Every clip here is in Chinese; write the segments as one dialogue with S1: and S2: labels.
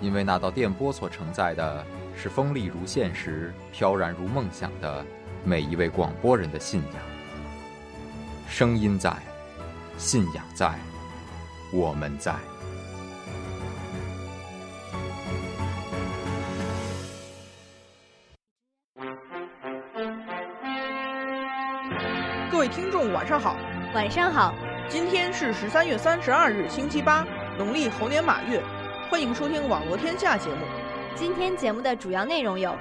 S1: 因为那道电波所承载的是锋利如现实、飘然如梦想的每一位广播人的信仰。声音在，信仰在，我们在。
S2: 各位听众，晚上好！
S3: 晚上好，
S2: 今天是十三月三十二日，星期八，农历猴年马月，欢迎收听《网络天下》节目。
S3: 今天节目的主要内容有：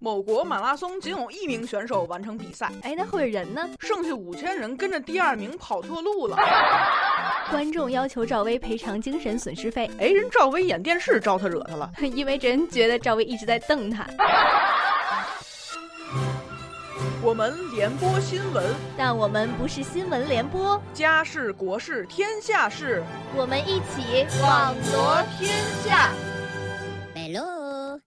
S2: 某国马拉松仅有一名选手完成比赛，
S3: 哎，那会儿人呢？
S2: 剩下五千人跟着第二名跑错路了。
S3: 观众要求赵薇赔偿精神损失费，
S2: 哎，人赵薇演电视招他惹他了。
S3: 因为人觉得赵薇一直在瞪他。
S2: 我们联播新闻，
S3: 但我们不是新闻联播，
S2: 家事国事天下事，
S3: 我们一起网罗
S2: 天下。
S4: Hello，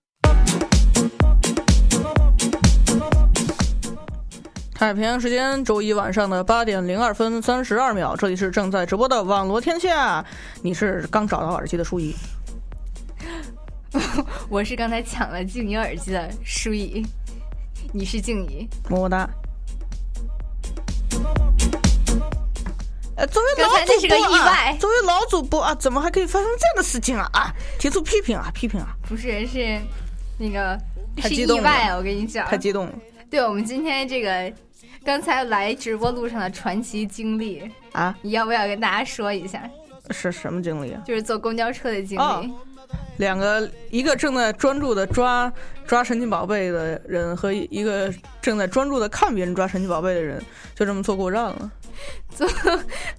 S2: 太平洋时间周一晚上的八点零二分三十二秒，这里是正在直播的网罗天下，你是刚找到耳机的舒怡。
S5: 我是刚才抢了静怡耳机的舒怡，你是静怡。
S2: 么么哒。呃，作为老
S5: 刚才那
S2: 主
S5: 是个
S2: 播
S5: 意
S2: 啊
S5: 外，
S2: 作为老主播啊，怎么还可以发生这样的事情啊啊！提出批评啊，批评啊，
S5: 不是是那个
S2: 太
S5: 是
S2: 激
S5: 意
S2: 动
S5: 外
S2: 了
S5: 啊！我跟你讲，
S2: 太激动了
S5: 对我们今天这个刚才来直播路上的传奇经历，
S2: 啊！
S5: 你要不要跟大家说一下？
S2: 是什么经历啊？
S5: 就是坐公交车的经历。
S2: 哦两个，一个正在专注的抓抓神奇宝贝的人，和一个正在专注的看别人抓神奇宝贝的人，就这么坐过站了。
S5: 坐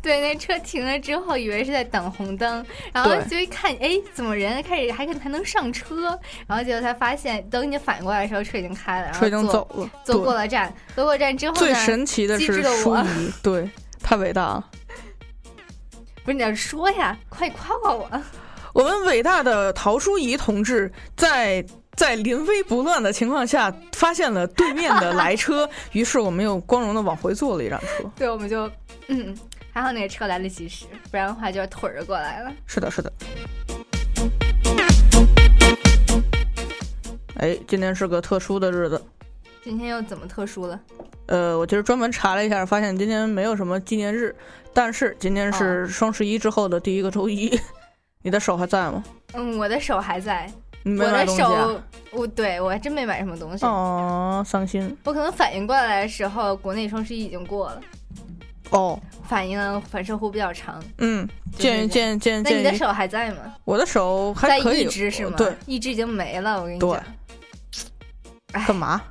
S5: 对，那车停了之后，以为是在等红灯，然后
S2: 对
S5: 就一看，哎，怎么人开始还可还能上车？然后结果才发现，等你反过来的时候，车已经开了，然后
S2: 车已经
S5: 坐
S2: 走了，
S5: 坐啊过
S2: 对。
S5: 了站，坐过站之后呢？
S2: 最神奇的
S5: 机
S2: 是
S5: 智的
S2: 舒
S5: 我
S2: 怡，对，太伟大了。
S5: 不是你要说呀，快夸夸我！
S2: 我们伟大的陶书仪同志在在临危不乱的情况下，发现了对面的来车，于是我们又光荣的往回坐了一辆车。
S5: 对，我们就嗯，还好那个车来得及时，不然的话就是腿着过来了。
S2: 是的，是的。哎，今天是个特殊的日子。
S5: 今天又怎么特殊了？
S2: 呃，我其实专门查了一下，发现今天没有什么纪念日，但是今天
S5: 哦
S2: 是双十一之后的第一个周一。你的手还在吗？
S5: 嗯，我的手还在，
S2: 你没
S5: 我
S2: 买
S5: 的
S2: 东西、啊？
S5: 手，我对我还真没买什么东西。
S2: 哦，伤心
S5: 我可能反应过来的时候，国内双十一已经过了，
S2: 哦。
S5: 反应反射弧比较长。
S2: 嗯，
S5: 就
S2: 建议
S5: 是这
S2: 建议建议
S5: 那
S2: 建
S5: 你的
S2: 议
S5: 手还在吗？
S2: 我的手
S5: 在
S2: 还可以，
S5: 一只是吗？
S2: 对，，
S5: 一只已经没了。我跟你
S2: 对
S5: 讲，哎
S2: 干嘛？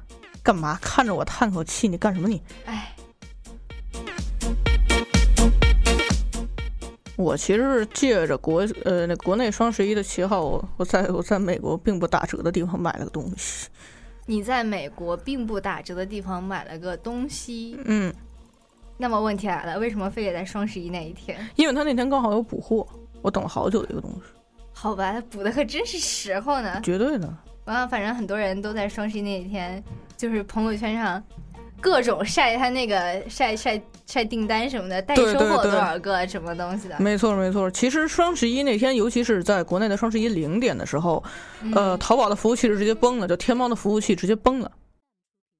S2: 干嘛看着我叹口气？你干什么你？
S5: 哎，
S2: 我其实是借着国呃那国内双十一的旗号，我我在我在美国并不打折的地方买了个东西。
S5: 你在美国并不打折的地方买了个东西，
S2: 嗯，
S5: 那么问题来了，为什么非得在双十一那一天？
S2: 因为他那天刚好有补货，我等了好久的一个东西，
S5: 好吧，他补的可真是时候呢。
S2: 绝对的。
S5: 完了，反正很多人都在双十一那一天，就是朋友圈上各种晒他那个晒晒晒订单什么的，代收
S2: 对对
S5: 货
S2: 对
S5: 多少个什么东西的。
S2: 没错没错。其实双十一那天，尤其是在国内的双十一零点的时候，呃，
S5: 嗯，
S2: 淘宝的服务器是直接崩了，就天猫的服务器直接崩了。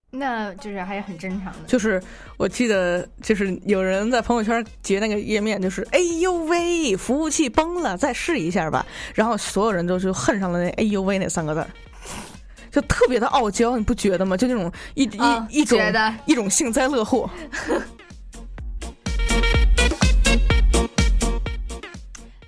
S5: 那就是还是很正常的。
S2: 就是我记得，就是有人在朋友圈截那个页面，就是哎呦喂，服务器崩了，再试一下吧。然后所有人都就恨上了那哎呦喂那三个字儿，就特别的傲娇，你不觉得吗？就那种一一、
S5: 啊
S2: 一种
S5: 觉得
S2: 一种幸灾乐祸。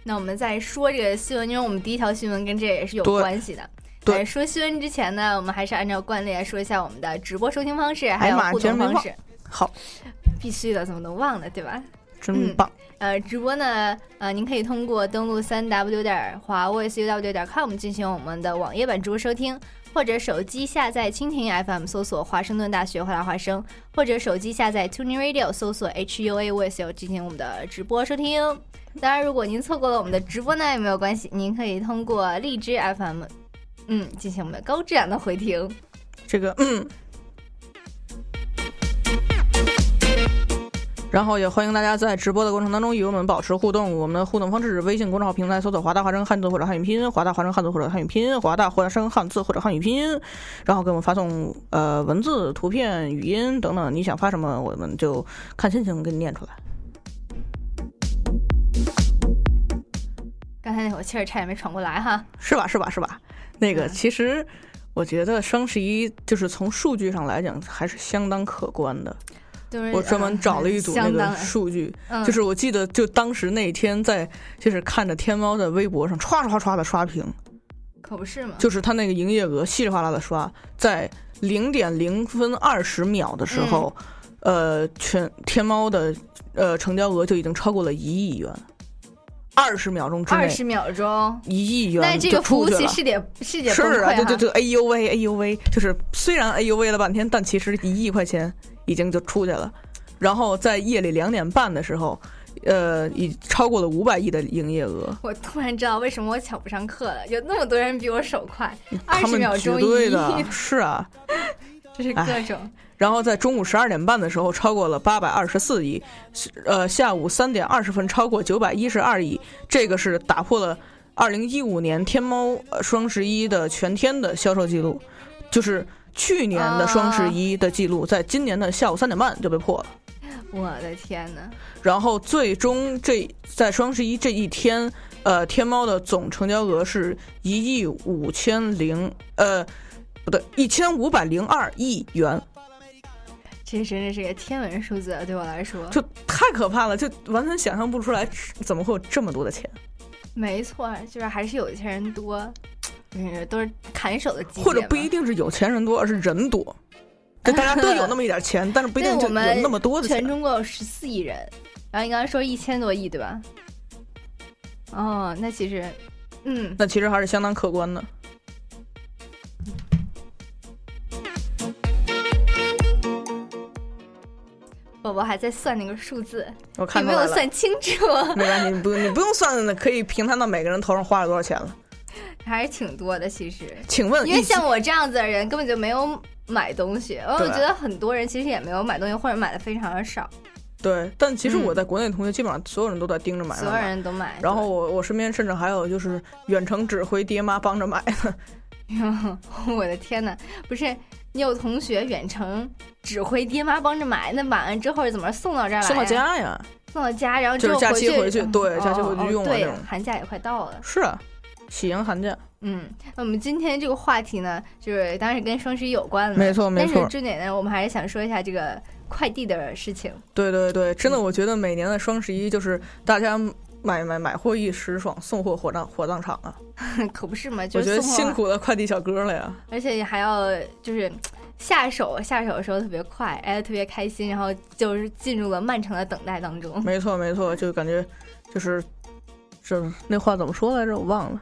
S5: 那我们再说这个新闻，因为我们第一条新闻跟这也是有
S2: 对
S5: 关系的。
S2: 对
S5: 在说新闻之前呢，我们还是按照惯例来说一下我们的直播收听方式，还
S2: 哎呀
S5: 有
S2: 妈
S5: 互
S2: 居然
S5: 动
S2: 没
S5: 方
S2: 忘
S5: 式。
S2: 好，
S5: 必须的，怎么能忘了，对吧？
S2: 真棒！
S5: 呃，直播呢，呃，您可以通过登录三 w 点华为 c w 点 com 进行我们的网页版直播收听，或者手机下载蜻蜓 FM 搜索华盛顿大学华大华生，或者手机下载 Tuning Radio 搜索 HUA Voice 进行我们的直播收听。当然，如果您错过了我们的直播呢，也没有关系，您可以通过荔枝 FM，嗯，进行我们的高质量的回听。
S2: 这个嗯。然后也欢迎大家在直播的过程当中与我们保持互动。我们的互动方式是微信公众号平台搜索“华大华声汉字”或者汉语拼音“华大华声汉字”或者汉语拼音“华大华声汉字”或者汉语拼音，然后给我们发送呃文字、图片、语音等等，你想发什么，我们就看心情给你念出来。
S5: 刚才那口气儿差点没喘过来哈。
S2: 是吧？是吧？是吧？那个，
S5: 嗯
S2: 其实我觉得双十一就是从数据上来讲还是相当可观的。
S5: 就是
S2: 我专门找了一组
S5: 嗯
S2: 那
S5: 相
S2: 个
S5: 当
S2: 数据，
S5: 嗯
S2: 就是我记得就当时那一天在就是看着天猫的微博上唰唰唰的刷屏，
S5: 嗯可不是嘛，
S2: 就是它那个营业额稀里哗啦的刷，在零点零分二十秒的时候，
S5: 嗯
S2: 呃，全天猫的呃成交额就已经超过了一亿元，二十秒钟之
S5: 二
S2: 内
S5: 十秒钟。
S2: 一亿元
S5: 那这个
S2: 就出
S5: 服务
S2: 去
S5: 器
S2: 了
S5: 是得是得
S2: 是
S5: 崩溃
S2: 啊，
S5: 哈
S2: 对对对，哎呦喂，哎呦喂，就是虽然哎呦喂了半天，但其实一亿块钱已经就出去了。然后在夜里两点半的时候，呃，已超过了五百亿的营业额，
S5: 我突然知道为什么我抢不上课了，有那么多人比我手快，二
S2: 嗯他
S5: 十
S2: 们
S5: 秒
S2: 绝
S5: 钟
S2: 对
S5: 一
S2: 的
S5: 亿，
S2: 是啊。
S5: 这是各种。
S2: 然后在中午十二点半的时候，超过了八百二十四亿，呃，下午三点二十分超过九百一十二亿，这个是打破了二零一五年天猫呃双十一的全天的销售记录，就是去年的双十一的记录，在今年的下午三点半就被破了。
S5: 我的天呐，
S2: 然后最终这在双十一这一天，呃，天猫的总成交额是一亿五千零呃，不对，一千五百零二亿元。
S5: 这真的是个天文数字，啊对我来说。
S2: 就太可怕了，就完全想象不出来怎么会有这么多的钱，
S5: 没错，就是还是有钱人多，嗯，都是砍手的级别嘛。
S2: 或者不一定是有钱人多，而是人多，就大家都 有那么一点钱，但是不一定
S5: 对
S2: 就
S5: 我
S2: 有
S5: 们
S2: 那么多的
S5: 全
S2: 钱。
S5: 中国有十四亿人，然后你刚刚说一千多亿对吧？哦，那其实，嗯，
S2: 那其实还是相当可观的。
S5: 宝宝还在算那个数字，
S2: 我看
S5: 并
S2: 出
S5: 没有
S2: 来了，
S5: 算清楚，
S2: 没关系，你不你不用算的，可以平摊到每个人头上花了多少钱了。
S5: 还是挺多的其实。
S2: 请 问
S5: 因为
S2: 一千，
S5: 像我这样子的人根本就没有买东西，然后
S2: 对
S5: 我觉得很多人其实也没有买东西，或者买的非常的少，
S2: 对，但其实
S5: 嗯
S2: 我在国内同学基本上所有人都在盯着买，
S5: 所有人都买。
S2: 然后我我身边甚至还有就是远程指挥爹妈帮着买的，
S5: 对 我的天呐，不是你有同学远程指挥爹妈帮着买，那买完之后是怎么送到这哎儿来呀？
S2: 送到家呀。
S5: 送到家，然后
S2: 就
S5: 之
S2: 是
S5: 后
S2: 假期
S5: 回
S2: 回去对
S5: 嗯
S2: 假期回去
S5: 哦哦
S2: 用啊
S5: 对
S2: 这种，
S5: 寒假也快到了。
S2: 是啊，喜迎寒假，
S5: 嗯，那我们今天这个话题呢，就是当然是跟双十一有关的，
S2: 没错没
S5: 但
S2: 错
S5: 是。重点呢，我们还是想说一下这个快递的事情。
S2: 对对对，真的，我觉得每年的双十一就是大家买买买货一时爽，送货火葬火葬场啊！
S5: 可不是嘛，就
S2: 我觉
S5: 是
S2: 得
S5: 送货啊
S2: 辛
S5: 嘛
S2: 苦了快递小哥了呀。
S5: 而且你还要就是下手，下手的时候特别快，哎，特别开心，然后就是进入了漫长的等待当中。
S2: 没错没错，就感觉就是这那话怎么说来着？我忘了。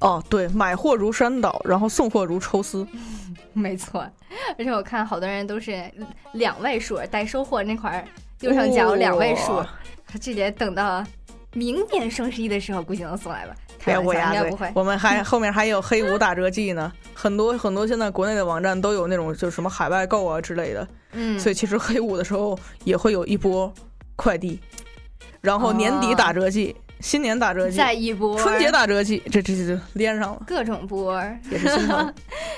S2: 哦，对，买货如山倒，然后送货如抽丝。
S5: 没错，而且我看好多人都是两位数待收货那块儿右上角
S2: 哇
S5: 两位数，
S2: 哦
S5: 这得等到明年双十一的时候，估计能送来吧？开
S2: 别
S5: 玩
S2: 乌
S5: 笑，
S2: 鸦
S5: 应该
S2: 嘴
S5: 不会，。
S2: 我们还后面还有黑五打折季呢，很多很多现在国内的网站都有那种就是什么海外购啊之类的，
S5: 嗯，
S2: 所以其实黑五的时候也会有一波快递，然后年底
S5: 哦
S2: 打折季、新年打折季、
S5: 再一波
S2: 春节打折季，这这这就连上了，
S5: 各种波儿。
S2: 也是心 疼。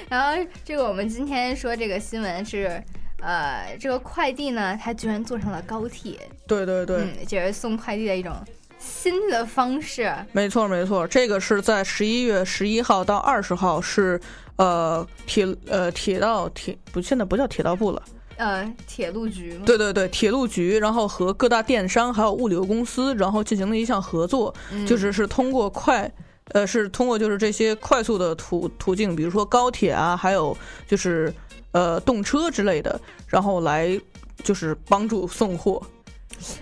S5: 然后这个我们今天说这个新闻是，呃，这个快递呢，它居然坐上了高铁。
S2: 对对对，
S5: 嗯，这是送快递的一种新的方式。
S2: 没错没错，这个是在十一月十一号到二十号是呃铁呃铁道铁不现在不叫铁道部了，
S5: 呃，铁路局嘛，
S2: 对对对，铁路局，然后和各大电商还有物流公司，然后进行了一项合作，
S5: 嗯
S2: 就是是通过快。呃，是通过就是这些快速的途途径，比如说高铁啊，还有就是呃动车之类的，然后来就是帮助送货。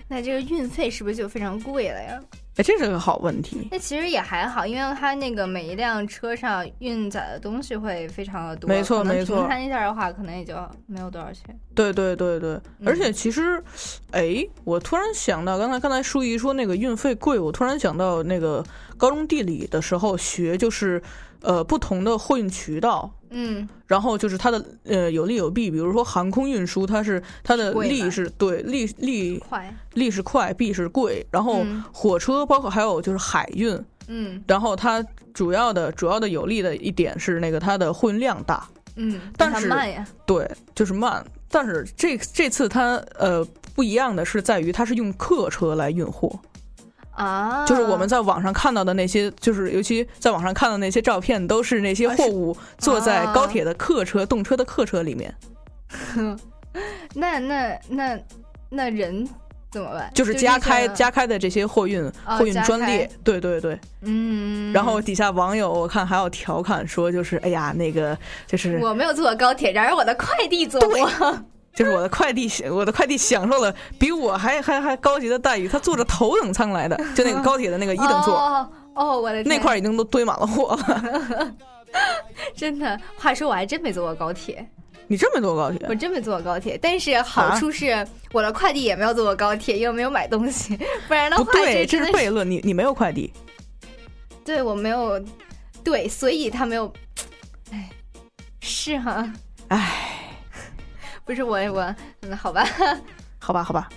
S5: 那这个运费是不是就非常贵了呀？
S2: 哎，这是个好问题。
S5: 那其实也还好，因为它那个每一辆车上运载的东西会非常的多，
S2: 没错
S5: 可能
S2: 没错
S5: 平摊一下的话，可能也就没有多少钱。
S2: 对对对对，而且其实，哎，我突然想到，刚才刚才舒怡说那个运费贵，我突然想到那个高中地理的时候学，就是呃不同的货运渠道。
S5: 嗯，
S2: 然后就是它的呃有利有弊，比如说航空运输，它是它的
S5: 贵
S2: 利
S5: 吧
S2: 是对利利
S5: 快，
S2: 利是快，弊是贵。然后
S5: 嗯
S2: 火车包括还有就是海运，
S5: 嗯
S2: 然后它主要的主要的有利的一点是那个它的货运量大，
S5: 嗯，
S2: 但
S5: 它
S2: 是
S5: 慢呀，
S2: 对，就是慢。但是这这次它呃不一样的是在于它是用客车来运货，
S5: 啊，
S2: 就是我们在网上看到的那些，就是尤其在网上看到那些照片，都是那些
S5: 啊
S2: 货
S5: 是
S2: 物坐在
S5: 啊
S2: 高铁的客车、动车的客车里面，
S5: 那那那那人怎么办？
S2: 就是加开
S5: 这个
S2: 加开的这些货运
S5: 哦
S2: 货运
S5: 加
S2: 专
S5: 开
S2: 列，对对对。
S5: 嗯，
S2: 然后底下网友我看还有调侃说，就是哎呀那个就是
S5: 我没有坐过高铁，然而我的快递坐过，
S2: 就是我的快递，我的快递享受了比我还还还高级的待遇。他坐着头等舱来的，就 那个高铁的那个一等座，
S5: 哦哦，我的
S2: 那
S5: 天
S2: 块儿已经都堆满了货了。
S5: 真的，话说我还真没坐过高铁，
S2: 你这么多高铁
S5: 我，真没坐过高铁，但是好
S2: 啊
S5: 处是我的快递也没有坐过高铁，又没有买东西， 不然的
S2: 不
S5: 话
S2: 对，这
S5: 真
S2: 是
S5: 的是
S2: 悖论。你你没有快递，
S5: 对我没有对，所以他没有，哎，是哈、
S2: 唉，
S5: 不是我我嗯好吧，
S2: 好吧好吧，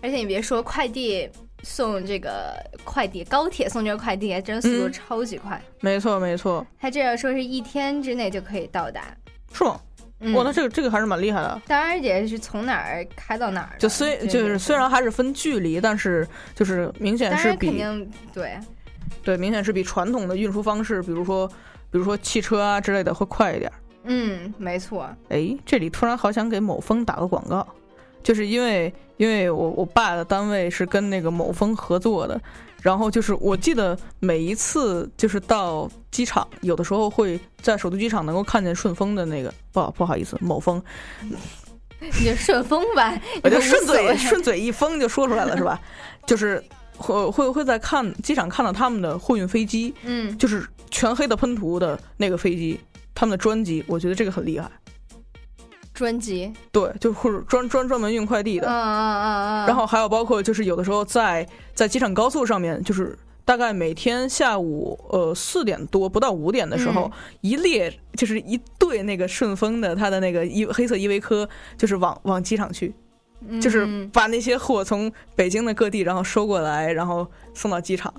S5: 而且你别说快递送这个快递，高铁送这个快递还真速度
S2: 嗯
S5: 超级快，
S2: 没错没错，
S5: 它这样说是一天之内就可以到达。
S2: 是吗？
S5: 嗯
S2: 哇，那这个这个还是蛮厉害的。
S5: 当然也是从哪儿开到哪儿的，
S2: 就虽
S5: 这
S2: 就
S5: 这
S2: 是虽然还是分距离，但是就是明显
S5: 当
S2: 是
S5: 然肯
S2: 比
S5: 定对，
S2: 对明显是比传统的运输方式，比如说比如说汽车啊之类的会快一点。
S5: 嗯，没错，
S2: 哎，这里突然好想给某峰打个广告，就是因为因为我我爸的单位是跟那个某峰合作的，然后就是我记得每一次就是到机场，有的时候会在首都机场能够看见顺丰的那个，不好不好意思，某 峰，
S5: 你就顺风 吧，
S2: 我就
S5: 你无
S2: 顺
S5: 所谓
S2: 嘴顺嘴一封就说出来了是吧？就是会会会在看机场看到他们的货运飞机，
S5: 嗯，
S2: 就是全黑的喷涂的那个飞机，他们的专机，我觉得这个很厉害。
S5: 专辑，
S2: 对，就或者专专专门运快递的
S5: 嗯，嗯嗯嗯，
S2: 然后还有包括就是有的时候在在机场高速上面，就是大概每天下午呃四点多不到五点的时候，
S5: 嗯
S2: 一列就是一队那个顺丰的他的那个依黑色依维柯，就是往往机场去，
S5: 嗯
S2: 就是把那些货从北京的各地然后收过来，然后送到机场，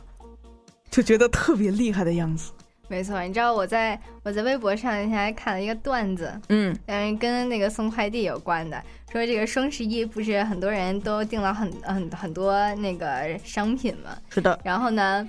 S2: 就觉得特别厉害的样子。
S5: 没错，你知道我在我在微博上那天还看了一个段子，
S2: 嗯
S5: 嗯，跟那个送快递有关的，说这个双十一不是很多人都订了很很很多那个商品嘛，
S2: 是的，
S5: 然后呢，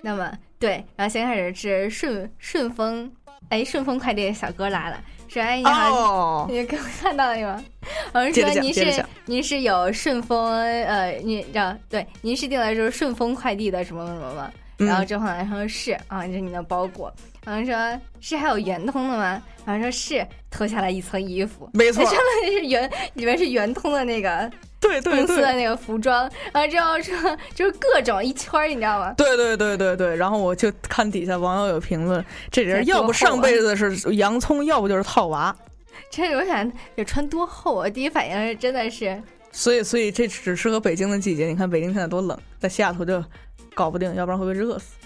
S5: 那么对，然后先开始是顺顺丰，哎，顺丰快递小哥来了，说哎你好，
S2: 哦，
S5: 你给我看到了吗？我是
S2: 接着
S5: 说
S2: 讲
S5: 您
S2: 接着
S5: 是
S2: 讲
S5: 您是有顺丰呃，您啊对，您是订的就是顺丰快递的什么什么吗？然后
S2: 嗯，
S5: 周后来说是啊，这是你的包裹。然后说是还有圆通的吗？然后说是脱下来一层衣服，
S2: 没错
S5: 那，上面是圆，里面是圆通的那个
S2: 对对
S5: 公司的
S2: 对。
S5: 那个服装。然后之后说就是各种一圈儿，你知道吗？
S2: 对对对对对，然后我就看底下网友有评论，这人要不
S5: 啊
S2: 上辈子是洋葱，要不就是套娃，
S5: 这我想得穿多厚啊？第一反应是真的是
S2: 所以所以这只适合北京的季节。你看北京现在多冷，在西雅图就搞不定，要不然会被热死。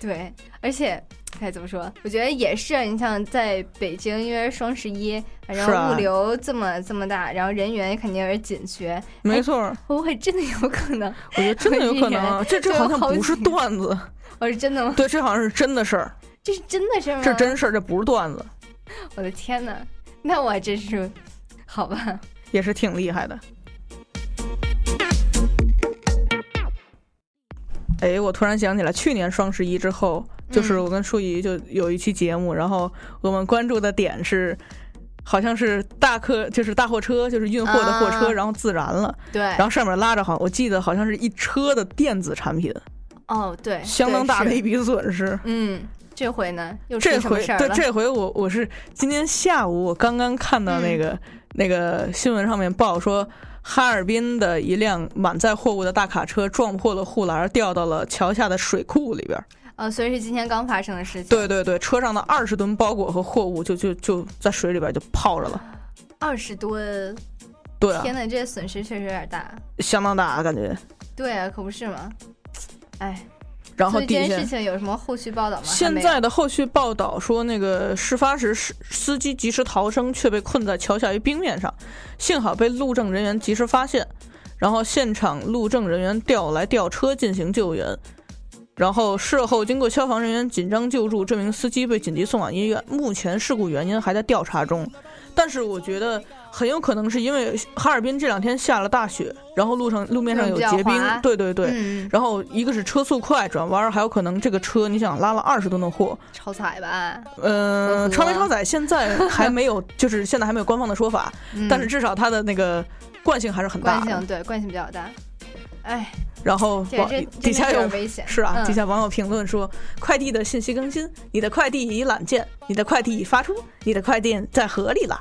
S5: 对，而且。哎，怎么说？我觉得也是啊。你像在北京，因为双十一，反正
S2: 是啊
S5: 物流这么、这么大，然后人员肯定也是紧缺，
S2: 没错儿，
S5: 会不会真的有可能？
S2: 我觉得真的有可能啊，这这好像不是段子，
S5: 我是真的吗？
S2: 对，这好像是真的事儿，
S5: 这是真的是吗？
S2: 这是真事儿，这不是段子，
S5: 我的天哪，那我还真是，好吧，
S2: 也是挺厉害的。哎，我突然想起来，去年双十一之后，就是
S5: 嗯
S2: 我跟舒怡就有一期节目，然后我们关注的点是，好像是大客，就是大货车，就是运货的货车，
S5: 啊
S2: 然后自燃了，
S5: 对，
S2: 然后上面拉着好，我记得好像是一车的电子产品，
S5: 哦对，
S2: 相当
S5: 对
S2: 大的
S5: 是
S2: 一笔损失。
S5: 嗯，这回呢又出
S2: 这
S5: 什么
S2: 回
S5: 事儿
S2: 对
S5: 了？
S2: 这回我我是今天下午我刚刚看到
S5: 嗯
S2: 那个、那个新闻上面报说，哈尔滨的一辆满载货物的大卡车撞破了护栏，掉到了桥下的水库里边儿。
S5: 呃，所以是今天刚发生的事情。
S2: 对，对对，车上的二十吨包裹和货物就就就在水里边就泡着了。
S5: 二十吨，
S2: 对、啊，
S5: 天呐，这损失确实有点大。
S2: 相当大啊感觉。
S5: 对啊，可不是嘛。哎，
S2: 然后
S5: 所以
S2: 地
S5: 这件
S2: 线
S5: 事情有什么后续报道吗？还
S2: 现
S5: 没有
S2: 在的后续报道说，那个事发时司司机及时逃生，却被困在桥下一冰面上，幸好被路政人员及时发现，然后现场路政人员调来吊车进行救援。然后事后经过消防人员紧张救助，这名司机被紧急送往医院。目前事故原因还在调查中，但是我觉得很有可能是因为哈尔滨这两天下了大雪，然后路上路面上有
S5: 比较
S2: 结冰
S5: 滑，
S2: 对对对，
S5: 嗯，
S2: 然后一个是车速快，转弯儿还有可能这个车你想拉了二十吨的货，
S5: 超彩吧。
S2: 呃，
S5: 嗯
S2: 超没超载现在还没有，就是现在还没有官方的说法，
S5: 嗯
S2: 但是至少它的那个惯性还是很
S5: 惯
S2: 大的。
S5: 性对惯性比较大。哎，
S2: 然后
S5: 这
S2: 网
S5: 这
S2: 底
S5: 真的
S2: 下
S5: 有点
S2: 有。
S5: 危 险。
S2: 是啊，
S5: 嗯
S2: 底下网友评论说：“快递的信息更新，你的快递已揽件，你的快递已发出，你的快递在河里了。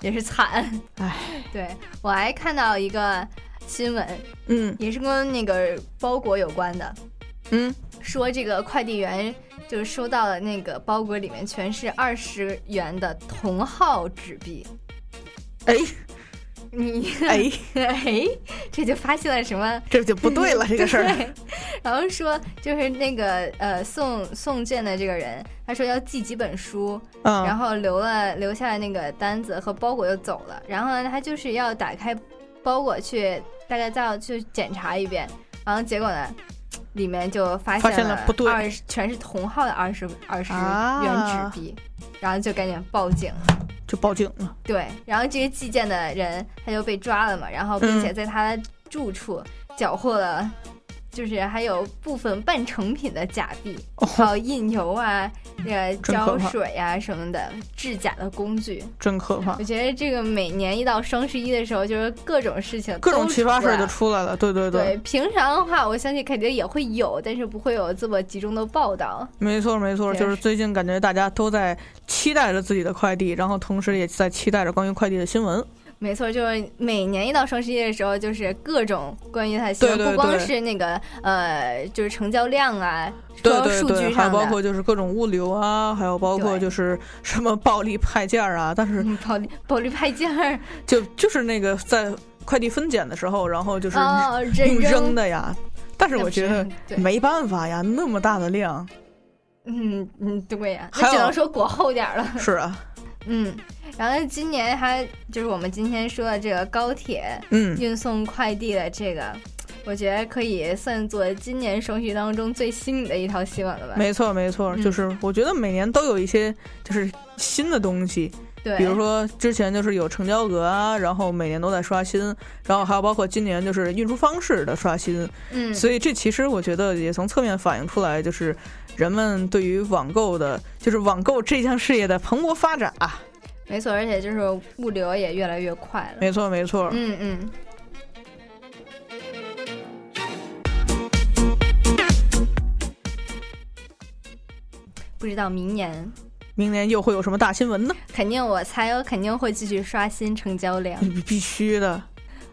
S5: 也是惨。
S2: 唉，
S5: 对我还看到一个新闻，”
S2: 嗯
S5: 也是跟那个包裹有关的，
S2: 嗯，
S5: 说这个快递员就是收到了那个包裹里面全是二十元的同号纸币，
S2: 哎
S5: 你
S2: 哎，
S5: 哎，这就发现了什么？
S2: 这就不对 了，这个事儿。
S5: 对，然后说就是那个呃送送件的这个人，他说要寄几本书，然
S2: 嗯，
S5: 后留了留下了那个单子和包裹就走了。然后呢，他就是要打开包裹去，大概再要去检查一遍。然后结果呢，里面就发
S2: 发现
S5: 现
S2: 了不对
S5: 二十全是同号的二十二十
S2: 啊
S5: 元纸币，然后就赶紧报警。
S2: 就报警了。
S5: 对，然后这个寄件的人他就被抓了嘛，然后
S2: 嗯
S5: 并且在他的住处缴获了，就是还有部分半成品的假币，还
S2: 哦，
S5: 有印油啊、呃
S2: 真可
S5: 胶
S2: 怕
S5: 水啊什么的制假的工具。
S2: 真可怕
S5: 我，觉得这个每年一到双十一的时候，就是各种事情，
S2: 各种奇葩事儿就
S5: 出
S2: 出来了。对对
S5: 来了。对，平常的话，我相信肯定也会有，但是不会有这么集中的报道。
S2: 没错，没错，
S5: 也
S2: 就是
S5: 是
S2: 最近感觉大家都在期待着自己的快递，然后同时也在期待着关于快递的新闻。
S5: 没错，就是每年一到双十一的时候，就是各种关于它的新闻，
S2: 对对
S5: 不光
S2: 对
S5: 是那个呃，就是成交量啊，
S2: 对
S5: 说
S2: 对
S5: 数
S2: 对，
S5: 据
S2: 还
S5: 上
S2: 有
S5: 的，
S2: 包括就是各种物流啊，还有包括
S5: 对
S2: 就是什么暴力派件儿啊，但是
S5: 嗯 保利保利派件儿，
S2: 就就是那个在快递分拣的时候，然后就是
S5: 哦，人
S2: 用扔
S5: 的，
S2: 的呀。但是
S5: 那
S2: 我
S5: 不
S2: 觉
S5: 是
S2: 得
S5: 对
S2: 没办法呀，那么大的量，
S5: 嗯嗯，对呀、
S2: 还
S5: 那只
S2: 有
S5: 能说裹厚点儿了。
S2: 是啊，
S5: 嗯，然后今年还就是我们今天说的这个高铁
S2: 嗯，
S5: 运送快递的这个，我觉得可以算作今年双十一当中最新颖的一条新闻了吧？
S2: 没错没错，
S5: 嗯
S2: 就是我觉得每年都有一些就是新的东西，
S5: 对，
S2: 比如说之前就是有成交额啊，然后每年都在刷新，然后还有包括今年就是运输方式的刷新，
S5: 嗯，
S2: 所以这其实我觉得也从侧面反映出来，就是人们对于网购的，就是网购这项事业的蓬勃发展啊。
S5: 没错，而且就是物流也越来越快了。
S2: 没错，没错。
S5: 嗯嗯。不知道明年，
S2: 明年又会有什么大新闻呢？
S5: 肯定我猜我肯定会继续刷新成交量。
S2: 必须的，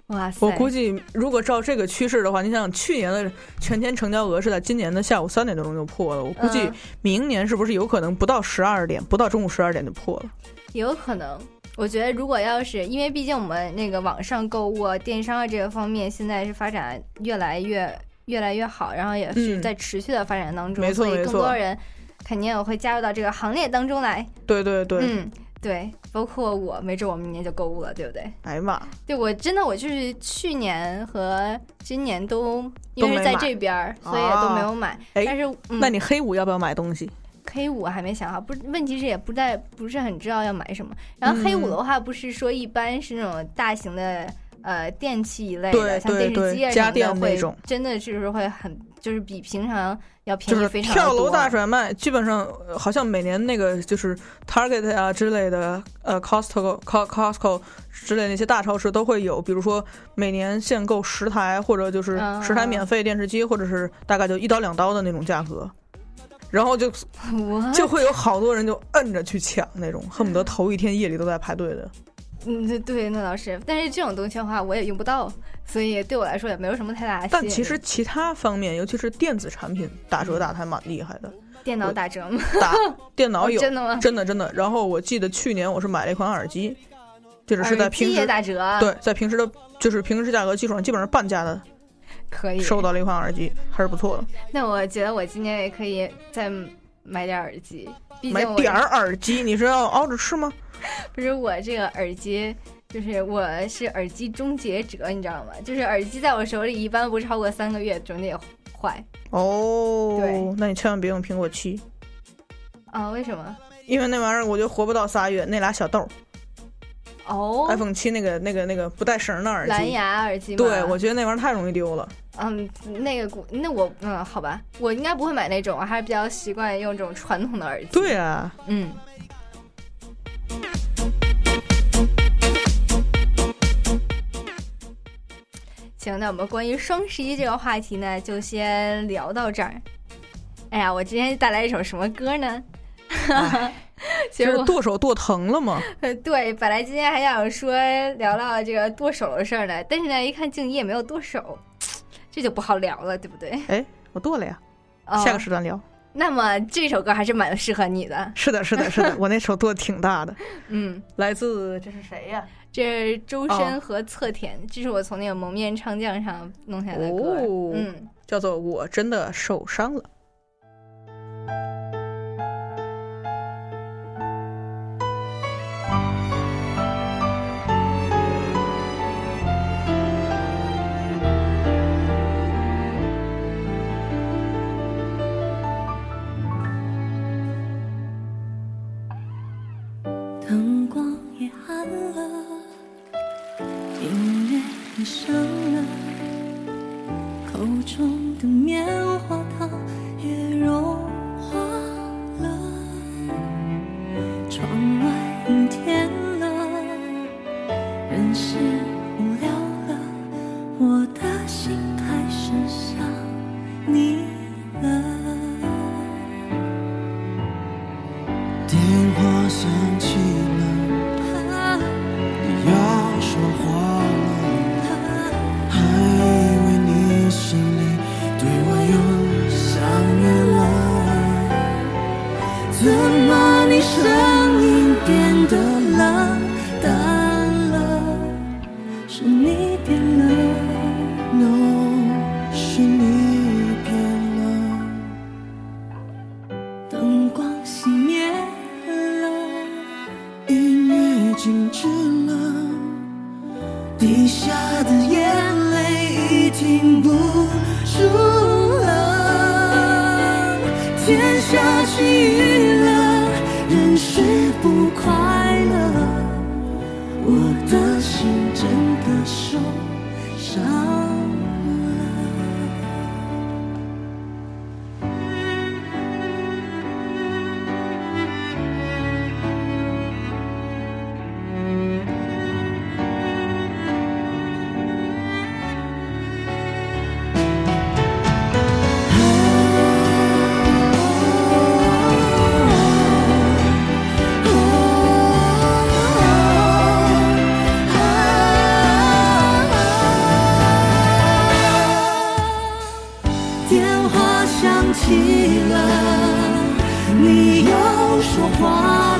S5: 哇塞！
S2: 我估计如果照这个趋势的话，你想想去年的全天成交额是在今年的下午三点多钟就破了，我估计
S5: 嗯
S2: 明年是不是有可能不到十二点，不到中午十二点就破了？
S5: 也有可能。我觉得，如果要是因为毕竟我们那个网上购物、啊、电商啊这个方面，现在是发展越来越越来越好，然后也是
S2: 嗯
S5: 在持续的发展当中，
S2: 没错
S5: 所以
S2: 没
S5: 更
S2: 错
S5: 多人肯定也会加入到这个行列当中来。
S2: 对对对，
S5: 嗯，对，包括我，没准我明年就购物了，对不对？
S2: 哎呀妈，
S5: 对我真的我就是去年和今年都因
S2: 都
S5: 为
S2: 没
S5: 是在
S2: 买
S5: 这边儿，所以也都没有买。
S2: 哎
S5: 但是，嗯、
S2: 那你黑五要不要买东西？
S5: 黑五还没想好，不是问题是也不太不是很知道要买什么。然后黑
S2: 嗯
S5: 五的话，不是说一般是那种大型的呃电器一类的，
S2: 对
S5: 像电
S2: 对
S5: 视机
S2: 对
S5: 啊什么
S2: 家电
S5: 的，
S2: 那
S5: 会
S2: 种
S5: 真的就是会很就是比平常要
S2: 就
S5: 便宜
S2: 是
S5: 非常
S2: 跳
S5: 地多啊
S2: 楼大甩卖，基本上呃好像每年那个就是 Target 啊之类的，呃 Costco、Co- Costco 之类那些大超市都会有，比如说每年限购十台，或者就是
S5: 啊
S2: 十台免费电视机，或者是大概就一刀两刀的那种价格。然后就
S5: 啊我
S2: 就会有好多人就摁着去抢那种，恨不得头一天夜里都在排队 的。
S5: 嗯，对对，那倒是。但是这种东西的话，我也用不到，所以对我来说也没有什么太大的吸引力。
S2: 但其实其他方面，尤其是电子产品，打
S5: 嗯
S2: 折打的还蛮厉害的。
S5: 电脑打折吗？
S2: 打电脑有、
S5: 真的吗？
S2: 真的真的。然后我记得去年我是买了一款耳机，就是是在
S5: 耳机
S2: 平
S5: 呃也
S2: 时
S5: 打折啊，
S2: 对，在平时的，就是平时价格基础上，基本上半价的
S5: 可以。
S2: 收到了一款耳机，还是不错的。
S5: 那我觉得我今年也可以再买点耳机，毕
S2: 买
S5: 竟我
S2: 点儿耳机，你是要熬着吃吗？
S5: 不是我这个耳机，就是我是耳机终结者，你知道吗？就是耳机在我手里一般不超过三个月，准得坏
S2: 哦
S5: 对，
S2: 那你千万别用苹果七，
S5: 啊？为什么？
S2: 因为那玩意儿我就活不到仨月。那俩小豆儿、
S5: 哦，
S2: iPhone 七那个那个那个不带绳儿的耳
S5: 蓝
S2: 机，
S5: 牙耳机吗？
S2: 对我觉得那玩意儿太容易丢了。
S5: 嗯，那个古那我嗯，好吧，我应该不会买那种，我还是比较习惯用这种传统的耳机。，
S2: 对啊，
S5: 嗯。行，那我们关于双十一这个话题呢，就先聊到这儿。哎呀，我今天带来一首什么歌呢？
S2: 这
S5: 结
S2: 是
S5: 果
S2: 剁手剁疼了 吗？
S5: 对，本来今天还想说聊聊这个剁手的事儿呢，但是呢，一看静怡也没有剁手，这就不好聊了，对不对？
S2: 我剁了呀，
S5: 哦
S2: 下个时段聊。
S5: 那么这首歌还是蛮适合你的，
S2: 是的，是的，是 的，我那手剁的挺大的，
S5: 嗯，
S2: 来自这是谁呀？哦
S5: 这是周深和侧田，这是我从那个蒙面唱将上弄下来的歌，
S2: 哦
S5: 嗯，
S2: 叫做我真的受伤了。
S6: 灯光也暗了，音乐也上了，口中的棉花糖也融化了，窗外阴天了，人是无聊了，我的心开始想你了。
S7: 电话响起了，
S6: 啊
S7: 你要说话了，
S6: 啊
S7: 还以为你心里对我又想念了，
S6: 怎么你声音变得冷淡了？是你变了。
S7: no，是你变了，
S6: 灯光熄灭了，
S7: 音乐静止了，
S6: 滴下的眼泪已停不住了。天下起雨了，人是不快乐，我的心真的受伤了。电话响起了，你又说话了，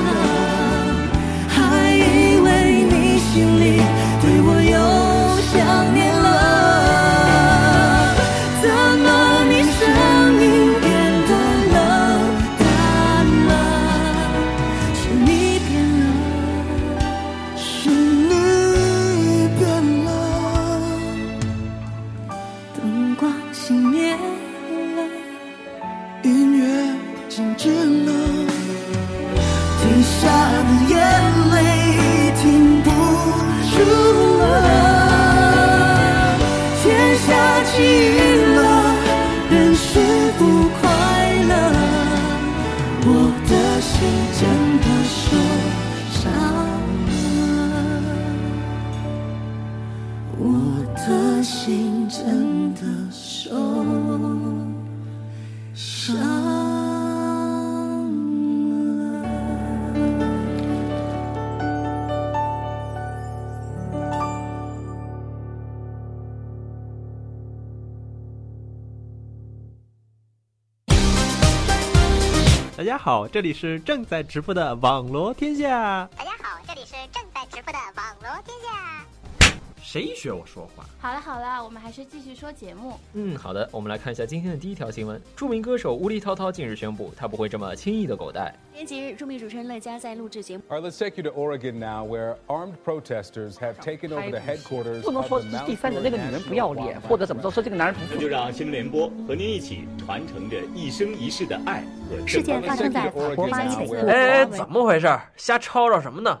S6: 还以为你心里对我又想念了，怎么你声音变得冷淡了？是你变了，
S7: 是你变了。
S6: 灯光熄灭了。
S7: 音乐静止了，
S6: 滴下的眼泪已停不住了，天下起雨了，人是不快乐，我的心真的受伤了，我的心真的受伤。
S8: 大家好，这里是正在直播的网罗天下。
S4: 大
S9: 哎
S4: 家好，这里是正在直播的网罗天下。
S9: 谁学我说话？
S10: 好了好了，我们还是继续说节目。
S9: 嗯，好的，我们来看一下今天的第一条新闻。著名歌手乌力涛涛近日宣布，他不会这么轻易的狗带。
S10: 前几日，著名主持人乐嘉在录制节目。
S11: All right, let's take you to Oregon now, where armed protesters have taken over the headquarters.
S12: 不能说第三者那个女人不要脸，或者怎么着说这个男人不。
S13: 那就让新闻联播和您一起传承着一生一世的爱和。
S10: 事件发生在法国巴黎的一个。
S14: 哎，怎么回事？瞎吵吵什么呢？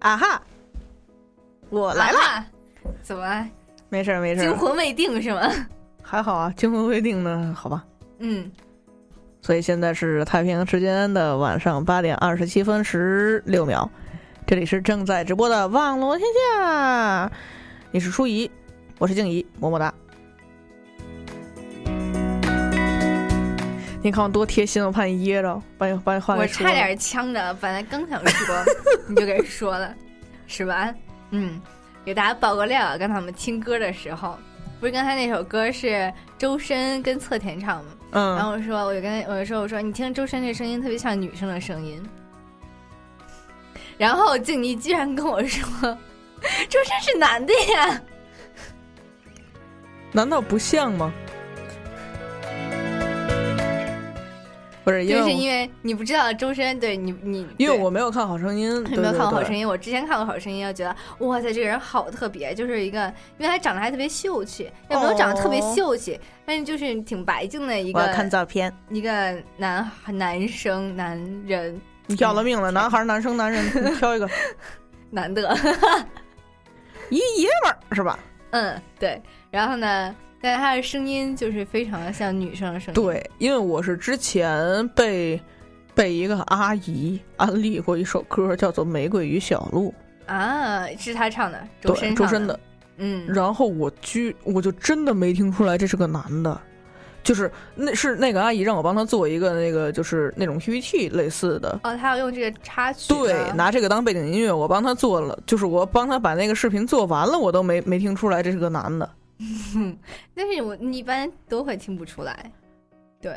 S2: 啊哈，我来了，
S5: 啊、怎么了？
S2: 没事儿没事儿，
S5: 惊魂未定是吗？
S2: 还好啊，惊魂未定呢，好吧。
S5: 嗯，
S2: 所以现在是太平洋时间的晚上八点二十七分十六秒，这里是正在直播的《望罗天下》，你是舒怡，我是静怡，么么哒。你看我多贴心，我怕你噎着，把你把你话
S5: 我差点呛着，本来刚想说， 你就给人说了，是吧？嗯，给大家爆个料，啊刚才我们听歌的时候，不是刚才那首歌是周深跟侧田唱吗？
S2: 嗯，
S5: 然后我说，我就跟我就说，我说你听周深这声音特别像女生的声音，然后静怡居然跟我说，周深是男的呀，
S2: 难道不像吗？不是，因
S5: 就
S2: 为
S5: 是因为你不知道周深，对你你，
S2: 因为我没有看《好声音》，
S5: 对没有看过《好
S2: 对
S5: 声音》，我之前看过《好声音》，我觉得哇塞，这个人好特别，就是一个，因为他长得还特别秀气，也没有长得特别
S2: 哦
S5: 秀气，但是就是挺白净的一
S2: 我要看
S5: 个嗯
S2: 照片，
S5: 一个男男生男人
S2: 要了命了，男孩儿、男生、男人， 你挑一个，
S5: 男的，
S2: 一爷们儿是吧？
S5: 嗯对，然后呢，但是他的声音就是非常的像女生的声音，
S2: 对，因为我是之前被被一个阿姨安利过一首歌，叫做《玫瑰与小鹿
S5: 啊，是他唱的，》，周
S2: 对，
S5: 深
S2: 周
S5: 唱
S2: 深的。
S5: 嗯，
S2: 然后我居我就真的没听出来这是个男的，就是那是那个阿姨让我帮她做一个那个就是那种 PPT 类似的，
S5: 哦，他要用这个插曲，
S2: 对，拿这个当背景音乐，我帮她做了，就是我帮她把那个视频做完了，我都没没听出来这是个男的，
S5: 但是我你一般都会听不出来，对。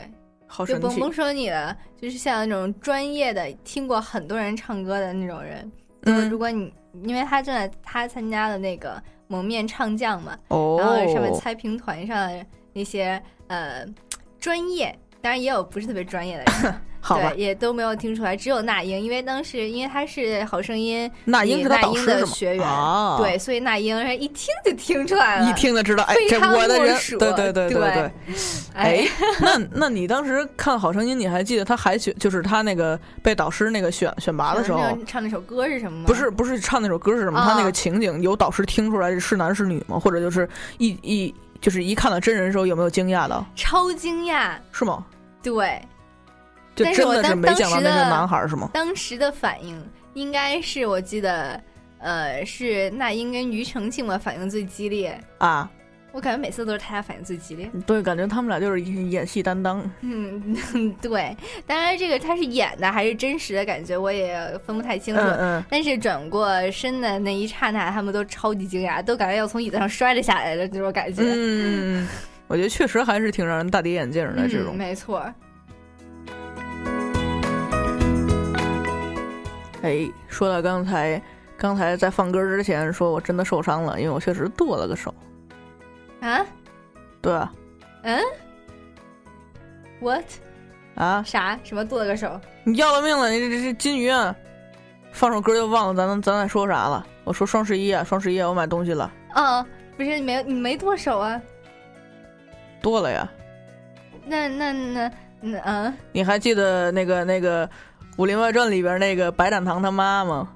S2: 好
S5: 就
S2: 神
S5: 甭
S2: 奇嗯
S5: 甭。说你了，就是像那种专业的听过很多人唱歌的那种人，就是
S2: 嗯，
S5: 如果你因为他正在他参加了那个蒙面唱将嘛，
S2: 哦，
S5: 然后上面猜评团上的那些呃专业，当然也有不是特别专业的人，
S2: 好吧
S5: 对，，也都没有听出来，只有那英，因为当时因为她是好声音
S2: 那
S5: 里
S2: 英是他导师
S5: 的
S2: 是吗？
S5: 学员，
S2: 啊，
S5: 对，，所以那英人一听就听出来了，
S2: 一听就知道，哎，
S5: 非
S2: 这
S5: 常
S2: 我的
S5: 莫
S2: 人，
S5: 属
S2: 对对对
S5: 对
S2: 对。哎，那那你当时看《好声音》，你还记得他海选，就是他那个被导师那个选选拔的时候，
S5: 那唱那首歌是什么吗？
S2: 不是不是唱那首歌是什么？
S5: 啊
S2: 他那个情景有导师听出来是男是女吗？或者就是一一就是一看到真人的时候有没有惊讶到？
S5: 超惊讶，
S2: 是吗？
S5: 对，
S2: 就
S5: 但是
S2: 真
S5: 我
S2: 的
S5: 当
S2: 没想到
S5: 当时
S2: 那
S5: 的
S2: 是男孩儿是吗？
S5: 当时的反应应该是我记得，呃，是那英跟庾澄庆吧，反应最激烈。
S2: 啊，
S5: 我感觉每次都是他俩反应最 激烈。
S2: 对，感觉他们俩就是演戏担当。
S5: 嗯， 对。当然，这个他是演的还是真实的感觉，我也分不太清楚。
S2: 嗯嗯，
S5: 但是转过身的那一刹那，他们都超级惊讶，都感觉要从椅子上摔了下来的这种感觉。
S2: 嗯，我觉得确实还是挺让人大跌眼镜儿的这
S5: 嗯
S2: 种。
S5: 没错。
S2: 哎，说到刚才，刚才在放歌之前说我真的受伤了，因为我确实剁了个手。
S5: 啊
S2: 对啊，
S5: ，what
S2: 啊，
S5: 啥什么剁了个手？
S2: 你要了命了，你这这这金鱼啊！放首歌就忘了咱咱在说啥了。我说双十一啊，双十一啊我买东西了，
S5: 哦，不是，没有，你没剁手啊？
S2: 剁了呀。
S5: 那那那那嗯。
S2: 你还记得那个那个《武林外传》里边那个白展堂他妈吗？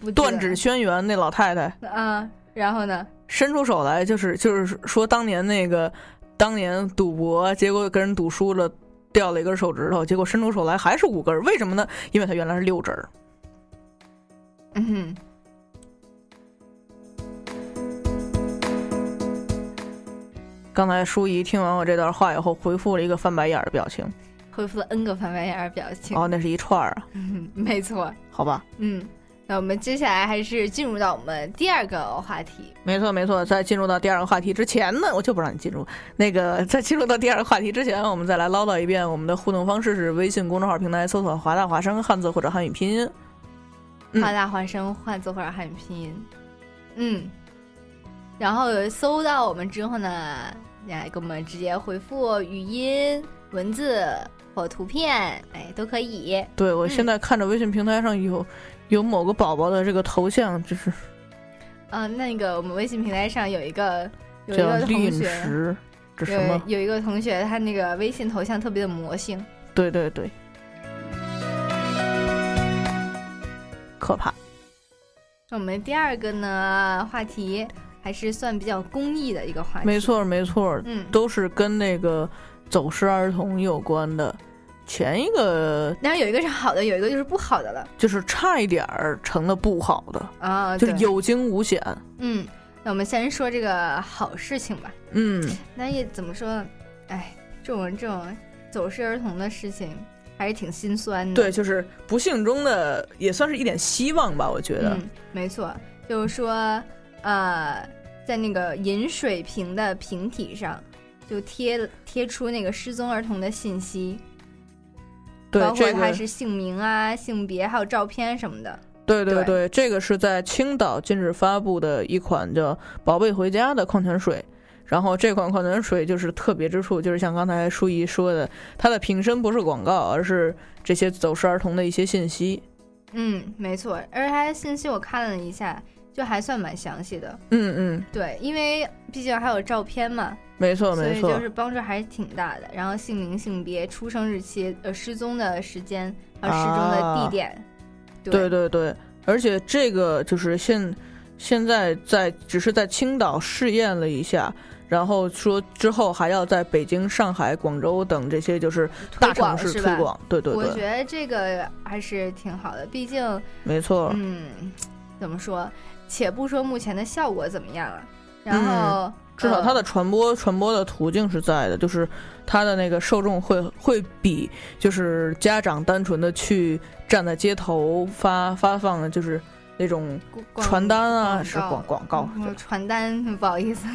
S5: 不记得
S2: 断指轩辕那老太太
S5: 啊，然后呢？
S2: 伸出手来，就是就是说当年那个当年赌博，结果跟人赌输了，掉了一根手指头，结果伸出手来还是五根，为什么呢？因为它原来是六指儿。
S5: 嗯哼，
S2: 刚才舒怡听完我这段话以后，回复了一个翻白眼儿的表情。
S5: 恢复了 N 个翻白眼儿表情。
S2: 哦，那是一串儿啊，
S5: 嗯，没错。
S2: 好吧。
S5: 嗯，那我们接下来还是进入到我们第二个话题。
S2: 没错，没错。在进入到第二个话题之前呢，我就不让你进入。那个，在进入到第二个话题之前，我们再来唠叨一遍。我们的互动方式是微信公众号平台搜索“华大华生”汉字或者汉语拼音。嗯
S5: 华大华生换作或者汉语拼音，嗯，然后有搜到我们之后呢，来给我们直接回复语音、文字或图片，哎，都可以。
S2: 对我现在看着微信平台上有、有某个宝宝的这个头像，就是
S5: 嗯、那个我们微信平台上有一个有一
S2: 叫
S5: 个
S2: 绿
S5: 同
S2: 饮
S5: 学，
S2: 石，这什么
S5: 有？有一个同学他那个微信头像特别的魔性，
S2: 对对对，可怕。
S5: 那我们第二个呢话题还是算比较公益的一个话题，
S2: 没错，没错，
S5: 嗯
S2: 都是跟那个走失儿童有关的。前一个
S5: 当然有一个是好的，有一个就是不好的了
S2: 就是差一点儿成了不好的，
S5: 啊，
S2: 就是
S5: 对
S2: 有惊无险。
S5: 嗯，那我们先说这个好事情吧。
S2: 嗯，
S5: 那也怎么说呢？哎，这种这种走失儿童的事情还是挺心酸的。
S2: 对，就是不幸中的也算是一点希望吧，我觉得。
S5: 嗯，没错，就是说，呃，在那个饮水瓶的瓶体上，就贴贴出那个失踪儿童的信息，
S2: 对
S5: 包括
S2: 这
S5: 他
S2: 个
S5: 是姓名啊、性别，还有照片什么的。
S2: 对对
S5: 对
S2: 对，这个是在青岛近日发布的一款叫“宝贝回家”的矿泉水。然后这款矿泉水就是特别之处，就是像刚才舒怡说的，它的瓶身不是广告，而是这些走失儿童的一些信息。
S5: 嗯，没错，而且他的信息我看了一下，就还算蛮详细的。
S2: 嗯嗯，
S5: 对，因为毕竟还有照片嘛，
S2: 没错没
S5: 所以
S2: 错
S5: 就是帮助还是挺大的。然后姓名、性别、出生日期、呃失踪的时间，还有失踪的地点，
S2: 啊对对对，而且这个就是现现在在只是在青岛试验了一下，然后说之后还要在北京、上海、广州等这些就是大城
S5: 推广
S2: 市
S5: 是
S2: 推
S5: 吧？
S2: 广。对对
S5: 我觉
S2: 对，
S5: 得这个还是挺好的，毕竟，
S2: 没错。
S5: 嗯，怎么说？且不说目前的效果怎么样了，然后、呃
S2: 嗯至少它的传播、传播的途径是在的，就是它的那个受众会会比就是家长单纯的去站在街头发发放就是那种
S5: 广
S2: 传单啊，是
S5: 告
S2: 广广告
S5: 嗯传单，不好意思，